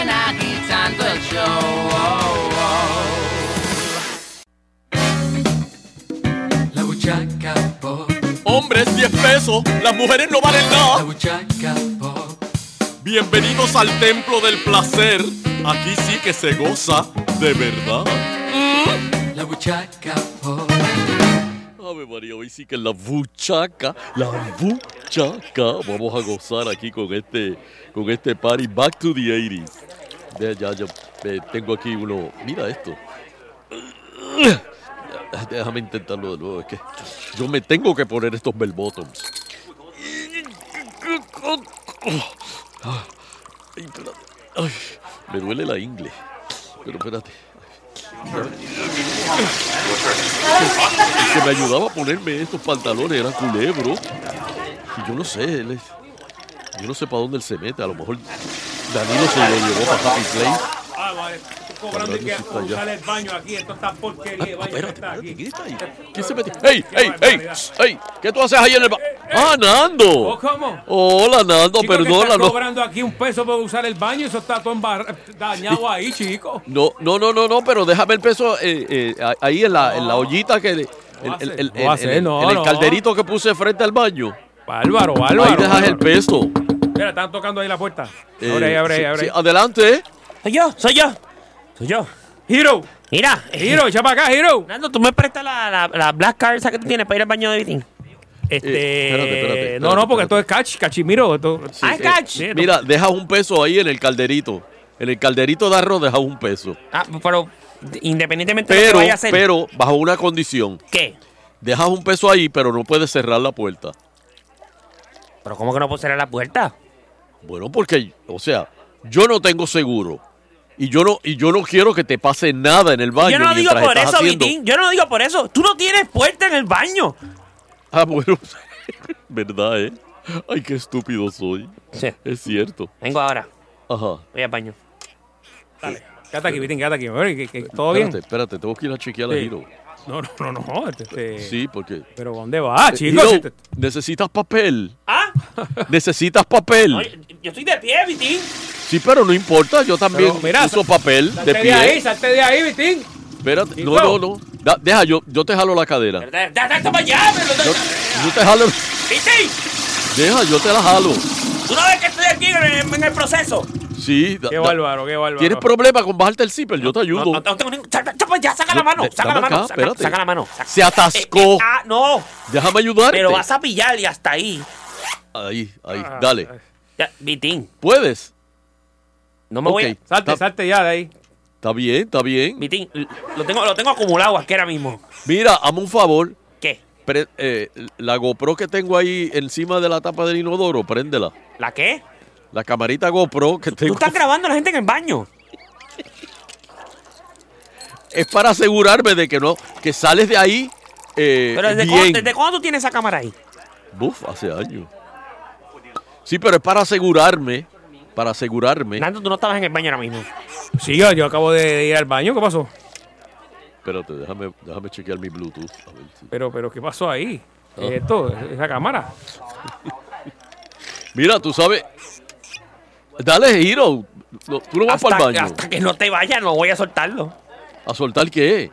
en agitando el show. La buchaca pop,
Hombres 10 pesos, las mujeres no valen
la
nada.
buchaca pop,
Bienvenidos al templo del placer. Aquí sí que se goza de verdad.
la buchaca pop.
Ave María, hoy sí que la buchaca, la buchaca. Vamos a gozar aquí con este, con este party back to the 80s. Ya, ya, ya, eh, tengo aquí uno. Mira esto. Ah, Déjame intentarlo de nuevo. Es que yo me tengo que poner estos bell bottoms. Ay, espérate. Ay, me duele la ingle. Pero espérate. El que me ayudaba a ponerme estos pantalones era Culebro. Y yo no sé, él es- yo no sé para dónde él se mete. A lo mejor Danilo se lo llevó para Happy Play.
Ah, vale. Estoy cobrando y que
Cabrón, eso está allá.
usar el baño aquí. Esto está porquería. de
Ah,
baño que
espérate,
está
espérate,
aquí.
¿quién está ahí? ¿Quién se metió? ¡Ey, ey, ey! ¡Ey! ¿Qué tú haces ahí en el ba- ¡Ah,
¿O
Nando!
cómo?
Hola, Nando,
Chico, que
perdona,
estás
no.
cobrando aquí un peso por usar el baño. Eso está todo embarra- dañado ahí, chico.
No, no, no, no, no, pero déjame el peso eh, eh, ahí en la, en la ollita que... El,
va a
el,
ser,
el-
no va a
el-
ser,
el-
no,
en el
no.
calderito que puse frente al baño.
Bárbaro, bárbaro.
Ahí dejas el peso.
Mira, están tocando ahí la puerta.
Eh,
abre ahí, abre ahí,
sí,
abre
sí,
ahí.
adelante.
Soy yo, soy yo. Soy yo.
Hero,
Mira,
Hero, echa para acá, Hero.
Nando, tú me prestas la, la, la black card esa que tú tienes para ir al baño de Vitín.
Este.
Eh, espérate, espérate,
no, no, porque
espérate.
esto es catch, cachimiro. Esto, Ah,
Sí, eh, Mira, dejas un peso ahí en el calderito. En el calderito de arroz dejas un peso.
Ah, pero independientemente de lo que
Pero,
vaya a hacer.
pero, bajo una condición.
¿Qué?
Dejas un peso ahí, pero no puedes cerrar la puerta.
¿Pero cómo que no puedo cerrar la puerta?
Bueno, porque, o sea, yo no tengo seguro. Y yo no, y yo no quiero que te pase nada en el baño.
Yo no digo
mientras
por
estás
eso,
haciendo-
Vitín. Yo no digo por eso. Tú no tienes puerta en el baño.
Ah, bueno. ¿Verdad, eh? Ay, qué estúpido soy.
Sí,
Es cierto.
vengo ahora.
Ajá.
Voy al baño.
Cata aquí, Vitín, cata aquí. Oye, que- que- ¿Todo bien?
Espérate, espérate, tengo que ir a chequear a
Sí.
Hiro.
No, no, no, no. este, este,
Sí, Eh, porque.
Pero ¿dónde va,
Hiro,
chicos? Este-
necesitas papel.
¡Ah!
Necesitas papel.
Oye, yo estoy de pie, Vitín.
Sí, pero no importa, yo también
Pero mira,
uso papel de
Salte de ahí,
pie.
salte de ahí, Vitín.
Espérate, no, no,
Chico.
no. Da- deja, yo, yo te jalo la cadera.
Pero da- da- da- ¡Dame allá! pero da-
Yo, yo te jalo.
¡Vitín!
Deja, yo te la jalo.
¿Tú no ves que estoy aquí en, en el proceso?
Sí. da-
Qué
da-
bárbaro, qué bárbaro.
¿Tienes problema con bajarte el zipper? Yo te ayudo.
No, no tengo ningún- saca- saca- ya, saca la mano,
Dame
saca la mano,
acá,
saca-
espérate.
saca la mano. saca-
Se atascó.
Eh, eh, ah, no.
Déjame ayudarte.
Pero vas a pillar y hasta ahí.
Ahí, ahí,
Ah,
dale.
Ya, Vitín.
¿Puedes?
No me voy a-
Salte,
salte ya de ahí.
Está bien, está bien.
Vitín, lo tengo, lo tengo acumulado aquí ahora mismo.
Mira, hazme un favor.
¿Qué?
Pre- eh, la GoPro que tengo ahí encima de la tapa del inodoro, préndela.
¿La qué?
La camarita GoPro que
Tú
tengo.
estás grabando a la gente en el baño.
Es para asegurarme de que no, que sales de ahí eh,
Pero ¿desde
bien.
cuándo, ¿desde cuándo tú tienes esa cámara ahí?
Buf, hace años. Sí, pero es para asegurarme, para asegurarme.
Nando, tú no estabas en el baño ahora mismo.
Sí, yo, yo acabo de ir al baño, ¿qué pasó?
Espérate, déjame, déjame chequear mi Bluetooth. A ver si-
Pero, pero, ¿qué pasó ahí?
Ah.
Eh, Esto, esa cámara.
Mira, tú sabes. Dale, Hero. No, tú no vas
Hasta,
para el baño.
hasta que no te vayas, no voy a soltarlo.
¿A soltar qué?
Eh,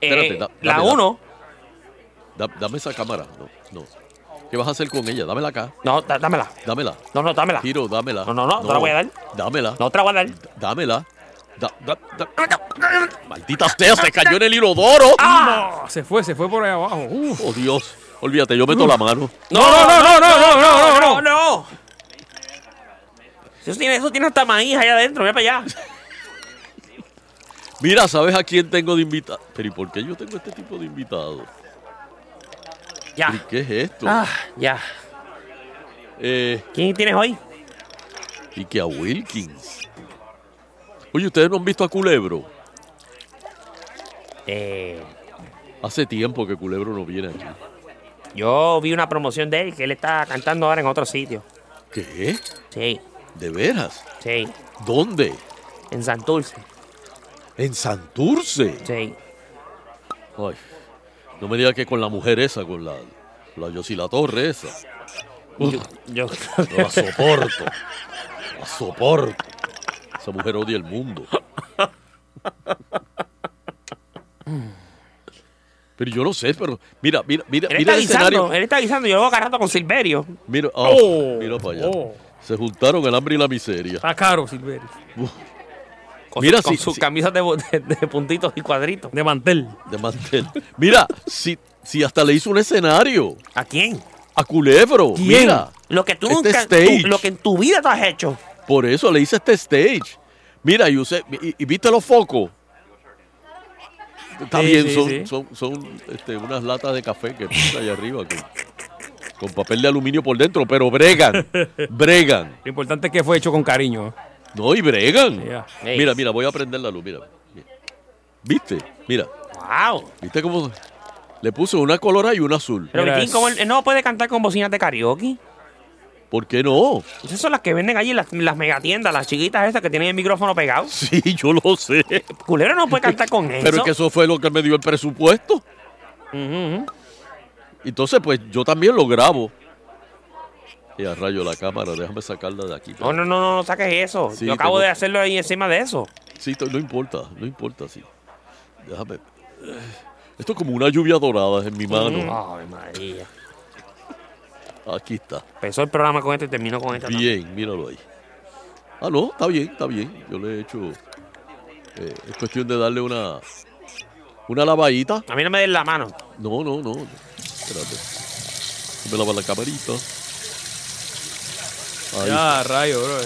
Espérate, da-
la
dame, da-
uno.
Da- dame esa cámara. No, no. ¿Qué vas a hacer con ella? Dámela acá.
No, da- dámela.
Dámela.
No, no, dámela.
Hero, dámela.
No, no, no, no la voy a dar.
Dámela.
No te la voy a dar.
Dámela. Da- da- da- Maldita sea, se cayó en el inodoro.
Ah.
No, se fue, se fue por ahí abajo. Uf.
Oh, Dios. Olvídate, yo
Mm.
meto la mano.
No, no, no, no, no, no, no,
no,
no,
no. Eso tiene, eso tiene hasta maíz allá adentro, mira para allá.
Mira, ¿sabes a quién tengo de invitado? Pero ¿y por qué yo tengo este tipo de invitado?
Ya.
¿Y qué es esto?
Ah, ya.
Eh,
¿Quién tienes hoy?
y que a Wilkins. Oye, ¿ustedes no han visto a Culebro?
Eh,
Hace tiempo que Culebro no viene aquí.
yo vi una promoción de él que él está cantando ahora en otro sitio.
¿Qué?
Sí,
¿De veras?
sí.
¿Dónde?
En Santurce.
¿En Santurce?
Sí.
Ay, no me digas que con la mujer esa, con la, la Yosila Torre esa. Uf,
Yo.
no la soporto. La soporto. Esa mujer odia el mundo. Pero yo no sé, pero mira, mira, mira,
Él
mira
está
el escenario.
guisando, él está guisando. Yo lo voy agarrando con Silverio.
Mira, ah,
Oh,
mira para allá.
oh.
Se juntaron el hambre y la miseria.
Está caro, Ah, Silverio.
Con,
Mira,
su- con
si-
sus
si-
camisas de, bo- de- de puntitos y cuadritos.
De mantel.
De mantel. Mira, si, si hasta le hizo un escenario.
¿A quién?
A Culebro.
¿Quién?
Mira.
Lo que tú
Este
nunca.
stage.
tú- lo que en tu vida tú has hecho.
Por eso le hice este stage. Mira, y, usted- y- y viste los focos. Está
Sí,
bien,
sí,
son,
sí.
son, son, este, unas latas de café que puse allá arriba con, con papel de aluminio por dentro, pero bregan, bregan.
Lo importante es que fue hecho con cariño. ¿eh?
No, y bregan.
Ya.
Ey.
Mira, mira, voy a prender la luz, mira. Mira. ¿Viste? Mira,
¡Wow!
¿viste cómo le puse una colorada y una azul?
Pero
Mira,
Vitín, ¿cómo él, él no puede cantar con bocinas de karaoke?
¿Por qué no?
Esas son las que venden allí en las, en las megatiendas, las chiquitas esas que tienen el micrófono pegado.
Sí, yo lo sé.
Culebro no puede cantar con eso.
Pero es que eso fue lo que me dio el presupuesto.
Ujú, ujú.
Entonces, pues yo también lo grabo. Y a rayo la cámara, déjame sacarla de aquí.
No, no, no, no, no saques eso.
Sí,
Yo acabo
tengo-
de hacerlo ahí encima de eso.
Sí, to- no importa, no importa, sí. Déjame. Esto es como una lluvia dorada en mi mano.
Ay, María. Ah.
Aquí está.
Empezó el programa con esto y terminó con este esto.
Bien, míralo ahí. Ah, no, está bien, está bien. Yo le he hecho. eh, es cuestión de darle una. Una lavadita.
A mí no me den la mano.
No, no, no. Espérate. Me lava la camarita. Ahí.
Ya, rayo, bro.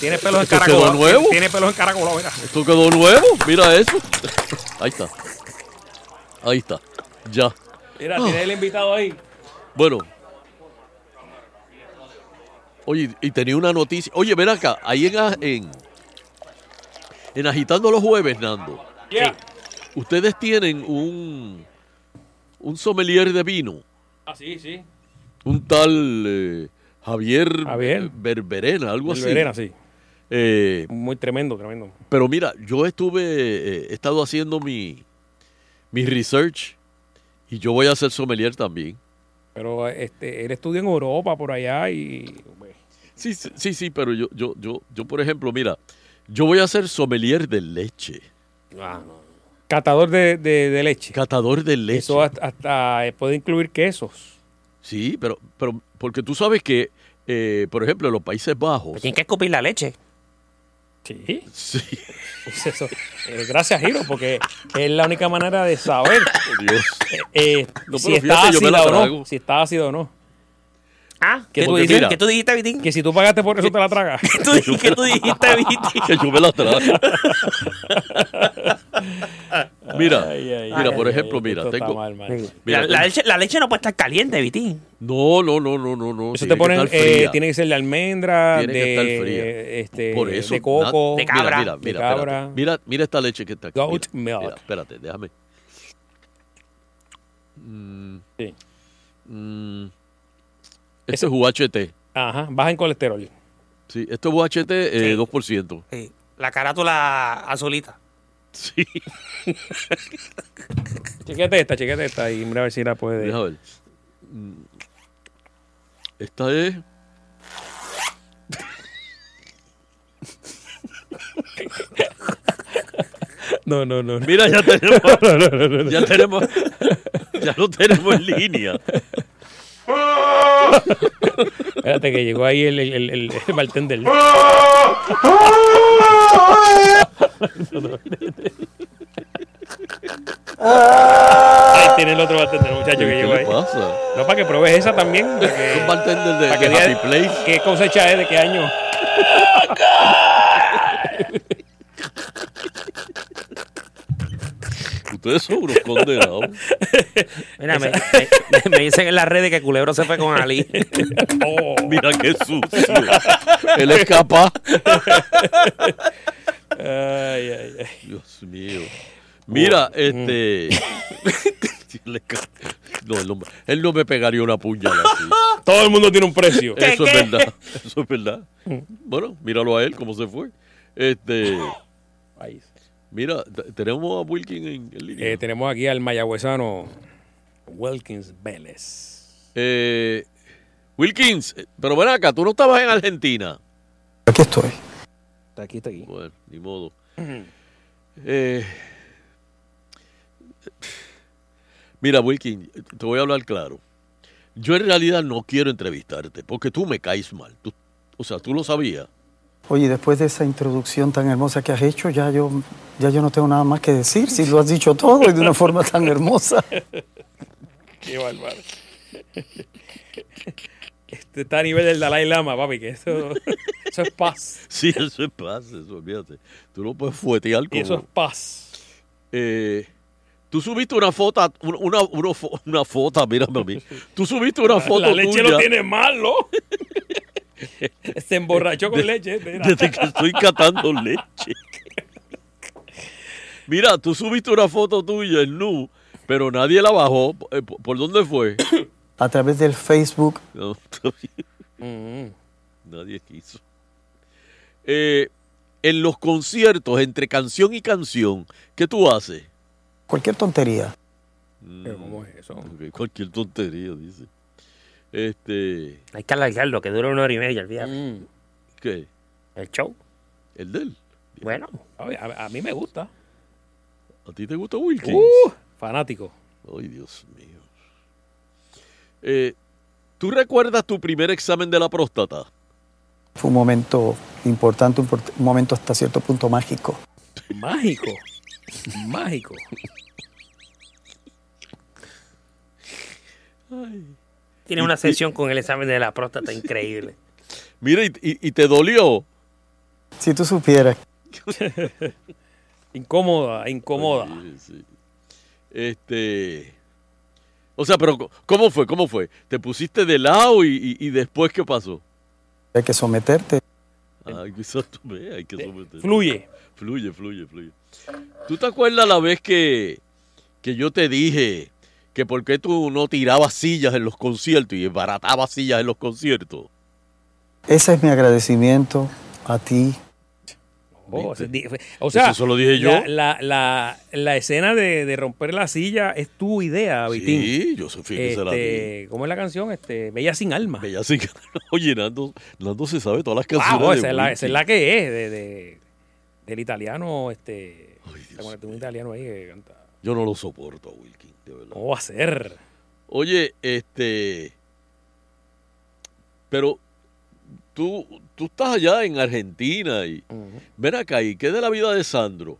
Tiene pelos en
¿Esto quedó
caracol.
nuevo?
Tiene pelos en caracol, mira.
Esto quedó nuevo, mira eso. Ahí está. Ahí está. Ya.
Mira, tiene el invitado ahí.
Bueno. Oye, y tenía una noticia. Oye, ven acá, ahí en, A- en, en Agitando los Jueves, Nando.
Yeah.
Ustedes tienen un, un sommelier de vino,
Ah, sí, sí.
un tal eh, Javier,
Javier.
Berberena, algo así.
Verena, sí.
Eh,
Muy tremendo, tremendo.
Pero mira, yo estuve, eh, he estado haciendo mi, mi research y yo voy a ser sommelier también.
Pero este, él estudia en Europa, por allá, y...
Sí, sí, sí, sí, pero yo, yo, yo, yo, por ejemplo, mira, yo voy a ser sommelier de leche,
Ah, no.
Catador de, de- de leche.
catador de leche.
Eso hasta, hasta, eh, puede incluir quesos.
Sí, pero, pero porque tú sabes que eh, por ejemplo, en los Países Bajos.
Tienen que escupir la leche.
Sí.
Sí.
Es eso. Eh, gracias, Giro, porque es la única manera de saber
oh, Dios.
eh, eh,
No,
si
pero
está
fíjate, yo me la
ácida o no.
trago.
Si está ácida o no.
Ah,
¿qué tú Porque dijiste? mira. ¿Qué tú
dijiste, Vitín?
Que si tú pagaste por eso, te la tragas. ¿Qué
tú, dijiste, Vitín?
que yo me la traje. mira,
Ay, ay,
mira,
ay,
por
ay,
ejemplo,
ay,
mira,
esto está
tengo.
mal, mal.
mira,
la, la leche, la leche no puede estar caliente, Vitín.
No, no, no, no, no, no.
Eso
tiene
te
que
ponen,
estar
eh,
fría.
tiene que ser de almendra,
Tiene que
de,
estar fría.
Este,
Por eso,
de coco,
na- Mira, mira,
de
mira,
cabra.
espérate. mira, mira esta leche que está aquí.
Goat
mira,
milk.
mira, espérate, déjame. Mm,
Sí.
mm, esto es UHT.
Ajá, baja en colesterol.
Sí, esto es UHT eh, 2%.
Sí. La carátula azulita.
Sí.
Chequete esta, chequete esta y mira a ver si la puede.
Deja ver. Mm, Esta es.
No, no, no. no.
Mira, ya tenemos.
No, no, no, no, no.
Ya tenemos. Ya lo tenemos en línea.
Espérate que llegó ahí el, el, el, el, el bartender. Ahí tiene el otro bartender, muchacho, que
¿Qué
llegó
le
ahí.
pasa?
No, para que pruebes esa también. para que-
Un bartender de,
para que
de
diga-
Happy Place.
¿Qué cosecha es? ¿De qué año?
Ustedes son unos condenados.
Mira, me, me- me dicen en las redes que Culebro se fue con Ali.
Mira qué sucio. Él es capaz.
Ay, ay, ay. Oh, mm.
Dios mío. Mira, este. Sí, le ca- No, él, no, me- él no me pegaría una puñalada así.
Todo el mundo tiene un precio.
Eso es verdad. Eso es verdad.
Mm.
Bueno, míralo a él, cómo se fue. Este.
Ahí.
Mira, t- tenemos a Wilkin en, en línea.
Eh, tenemos aquí al mayagüezano Wilkins Vélez.
Eh, Wilkins, eh, pero ven acá, tú no estabas en Argentina.
Aquí estoy.
Está aquí, Mm. está aquí.
Bueno, ni modo. Eh, mira, Wilkin, te voy a hablar claro. Yo en realidad no quiero entrevistarte porque tú me caes mal. Tú- o sea, tú lo sabías.
Oye, después de esa introducción tan hermosa que has hecho, ya yo, ya yo no tengo nada más que decir, si lo has dicho todo y de una forma tan hermosa.
Qué bárbaro. Este está a nivel del Dalai Lama, papi, que eso, eso es paz.
Sí, eso es paz, eso, olvídate. Tú no puedes fuetear con
Eso es paz.
Eh, tú subiste una foto, una, una, una fo- una foto, mírame a mí. Tú subiste una foto
La leche
tuya
lo tiene malo. Se emborrachó con leche. mira.
desde que estoy catando leche. Mira, tú subiste una foto tuya en nu, pero nadie la bajó. Eh, ¿Por por dónde fue?
A través del Facebook,
No, está bien.
Mm.
Nadie quiso. Eh, en los conciertos, entre canción y canción, ¿qué tú haces?
cualquier tontería.
Pero, ¿Cómo es eso?
Ok, Cualquier tontería, dice. Este,
Hay que alargarlo, que dura una hora y media, olvídate.
¿qué?
El show.
¿El de él?
Bueno,
Oye, A, a mí me gusta.
¿A ti te gusta Wilkins?
Uh, fanático.
Ay, Dios mío. Eh, ¿Tú recuerdas tu primer examen de la próstata?
Fue un momento importante, un, port- un momento hasta cierto punto mágico.
Mágico. Mágico.
tiene una sesión con el examen de la próstata increíble.
Mira, y, y- y te dolió.
Si tú supieras,
Incómoda, incómoda.
Sí, sí. Este. O sea, pero co- ¿cómo fue? ¿Cómo fue? ¿Te pusiste de lado y, y- y después qué pasó?
hay que someterte. Eh,
Ay, quizás tú ve, hay que someter.
Fluye.
Fluye, fluye, fluye. ¿Tú te acuerdas la vez que, que yo te dije que por qué tú no tirabas sillas en los conciertos y embaratabas sillas en los conciertos?
Ese es mi agradecimiento a ti.
Oh,
¿Viste?
se di- o sea,
Eso se lo dije yo.
La, la, la, la escena de, de romper la silla es tu idea, Vitín.
Sí, yo sé, fíjate, se la di.
Este, ¿Cómo es la canción? Este, Bella sin alma.
Bella sin ganas. Oye, Nando, Nando se sabe todas las canciones.
Wow,
de
esa, es la,
Wilkie.
esa es la que es, de, de- del italiano, este. se conectó un italiano ahí que canta.
Yo no lo soporto a Wilkin, de verdad.
¿Cómo va a ser?
Oye, este. Pero tú, tú estás allá en Argentina y ven acá y qué de la vida de Sandro.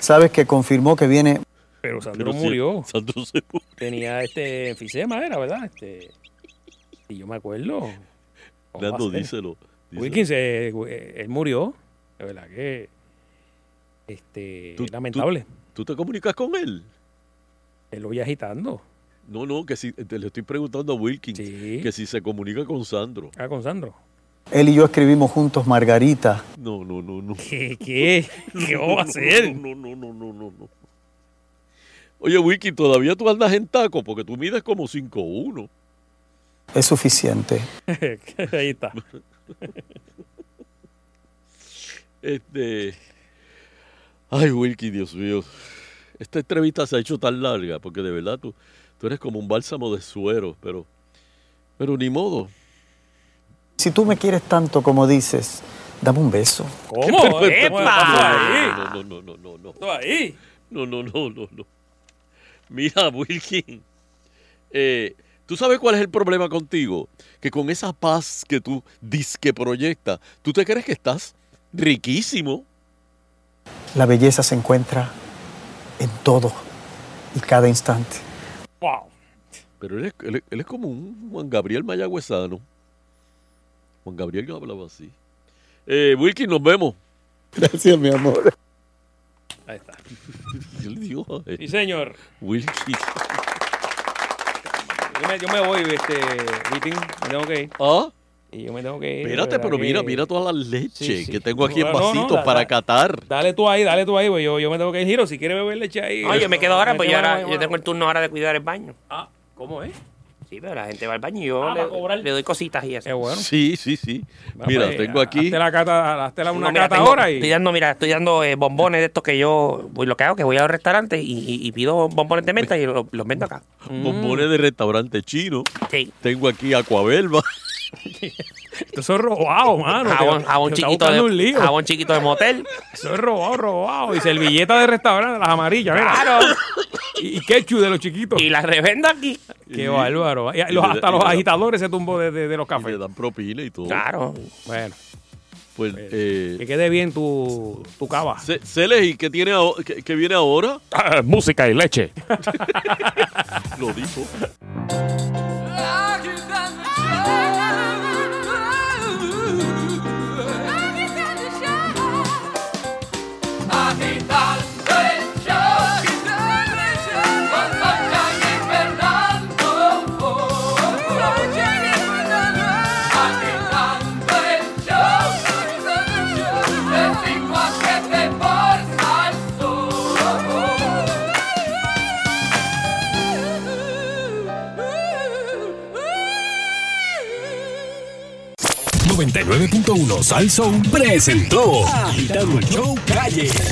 Sabes que confirmó que viene
Pero Sandro
Pero sí,
murió.
Sandro se murió.
Tenía este enfisema, era, ¿verdad? Este, y yo me acuerdo. ¿Cómo va a
Nando,
ser?
díselo. díselo.
Wilkins, eh, eh, él murió. De verdad que. Este.
Tú-
lamentable.
¿Tú te comunicas con él?
Él lo voy agitando.
No, no, que si te le estoy preguntando a Wilkins que si se comunica con Sandro.
Ah, con Sandro.
Él y yo escribimos juntos Margarita.
No, no, no, no.
¿Qué? ¿Qué? ¿Qué
No,
va a
no,
hacer?
No, no, no, no, no, no. Oye, Wilkins, todavía tú andas en taco porque tú mides como 5'1".
Es suficiente.
Ahí está.
Este. Ay, Wilkie, Dios mío. Esta entrevista se ha hecho tan larga, porque de verdad tú, tú eres como un bálsamo de suero, pero. Pero ni modo.
Si tú me quieres tanto como dices, dame un beso.
Pero, pero,
¡Epa!
pero, No, no, no, no, no, no.
ahí?
No, no, no, no, no. Mira, Wilkin. eh, ¿Tú sabes cuál es el problema contigo? Que con esa paz que tú dis que proyectas, tú te crees que estás riquísimo.
La belleza se encuentra en todo y cada instante.
Wow.
Pero él es, él es- él es como un Juan Gabriel mayagüezano. Juan Gabriel no hablaba así. Eh, Wilkin, nos vemos.
Gracias, mi amor.
Ahí está.
Yo le digo, eh,
Sí, señor.
Wilkin.
Yo me, yo me voy, este. Wilkin, me tengo que ir.
¿Ah?
Y yo me tengo que ir. de
Espérate,
verdad
pero
que-
mira, mira toda la leche
Sí, sí.
que tengo aquí en
No, no,
vasitos
da-
para
da-
catar.
Dale tú ahí, dale tú ahí, güey. Yo, yo me tengo que ir, Giro. Si quieres beber leche ahí.
No, yo me quedo ahora, pues yo, ahora,
Bueno,
yo tengo el turno ahora de cuidar el baño.
Ah, ¿cómo es?
Sí, pero la gente va al baño y yo
Ah, para cobrar.
le, le doy cositas y eso.
Es bueno.
Sí, sí, sí.
Bueno,
Mira,
pues,
tengo aquí.
Hazte la cata, hazte la- una
No, mira,
cata
tengo-
ahora
Estoy
y.
dando, mira, estoy dando eh, bombones de estos que yo, voy lo que hago, que voy a los restaurantes y, y- y pido bombones de menta y lo- los vendo acá.
Mm.
Bombones de restaurante chino.
Sí.
Tengo aquí acuabelva.
Eso es robado, mano.
Jabón,
Te-
jabón
te está
chiquito
buscando un
de,
lío.
jabón chiquito de motel.
Eso es robado, robado. Y servilleta de restaurante, las amarillas, mira.
Claro.
Y, y ketchup de los chiquitos.
Y las revendo aquí.
Qué
Y-
bárbaro.
y
Y los-
le da-
hasta
y
los
le da-
agitadores se tumbó de, de- de los
Y le
cafés.
dan propina y todo.
Claro.
Bueno,
Pues,
que
eh,
quede bien tu, tu cava.
Ce- Celes, ¿y qué, tiene aho- qué- qué viene ahora?
música y leche.
Lo dijo.
Agitando el show, con Sunshine y Fernando. Sunshine y Fernando. Agitando el show, de 5 a 7 por Salsón.
presentó Agitando el Show Calle.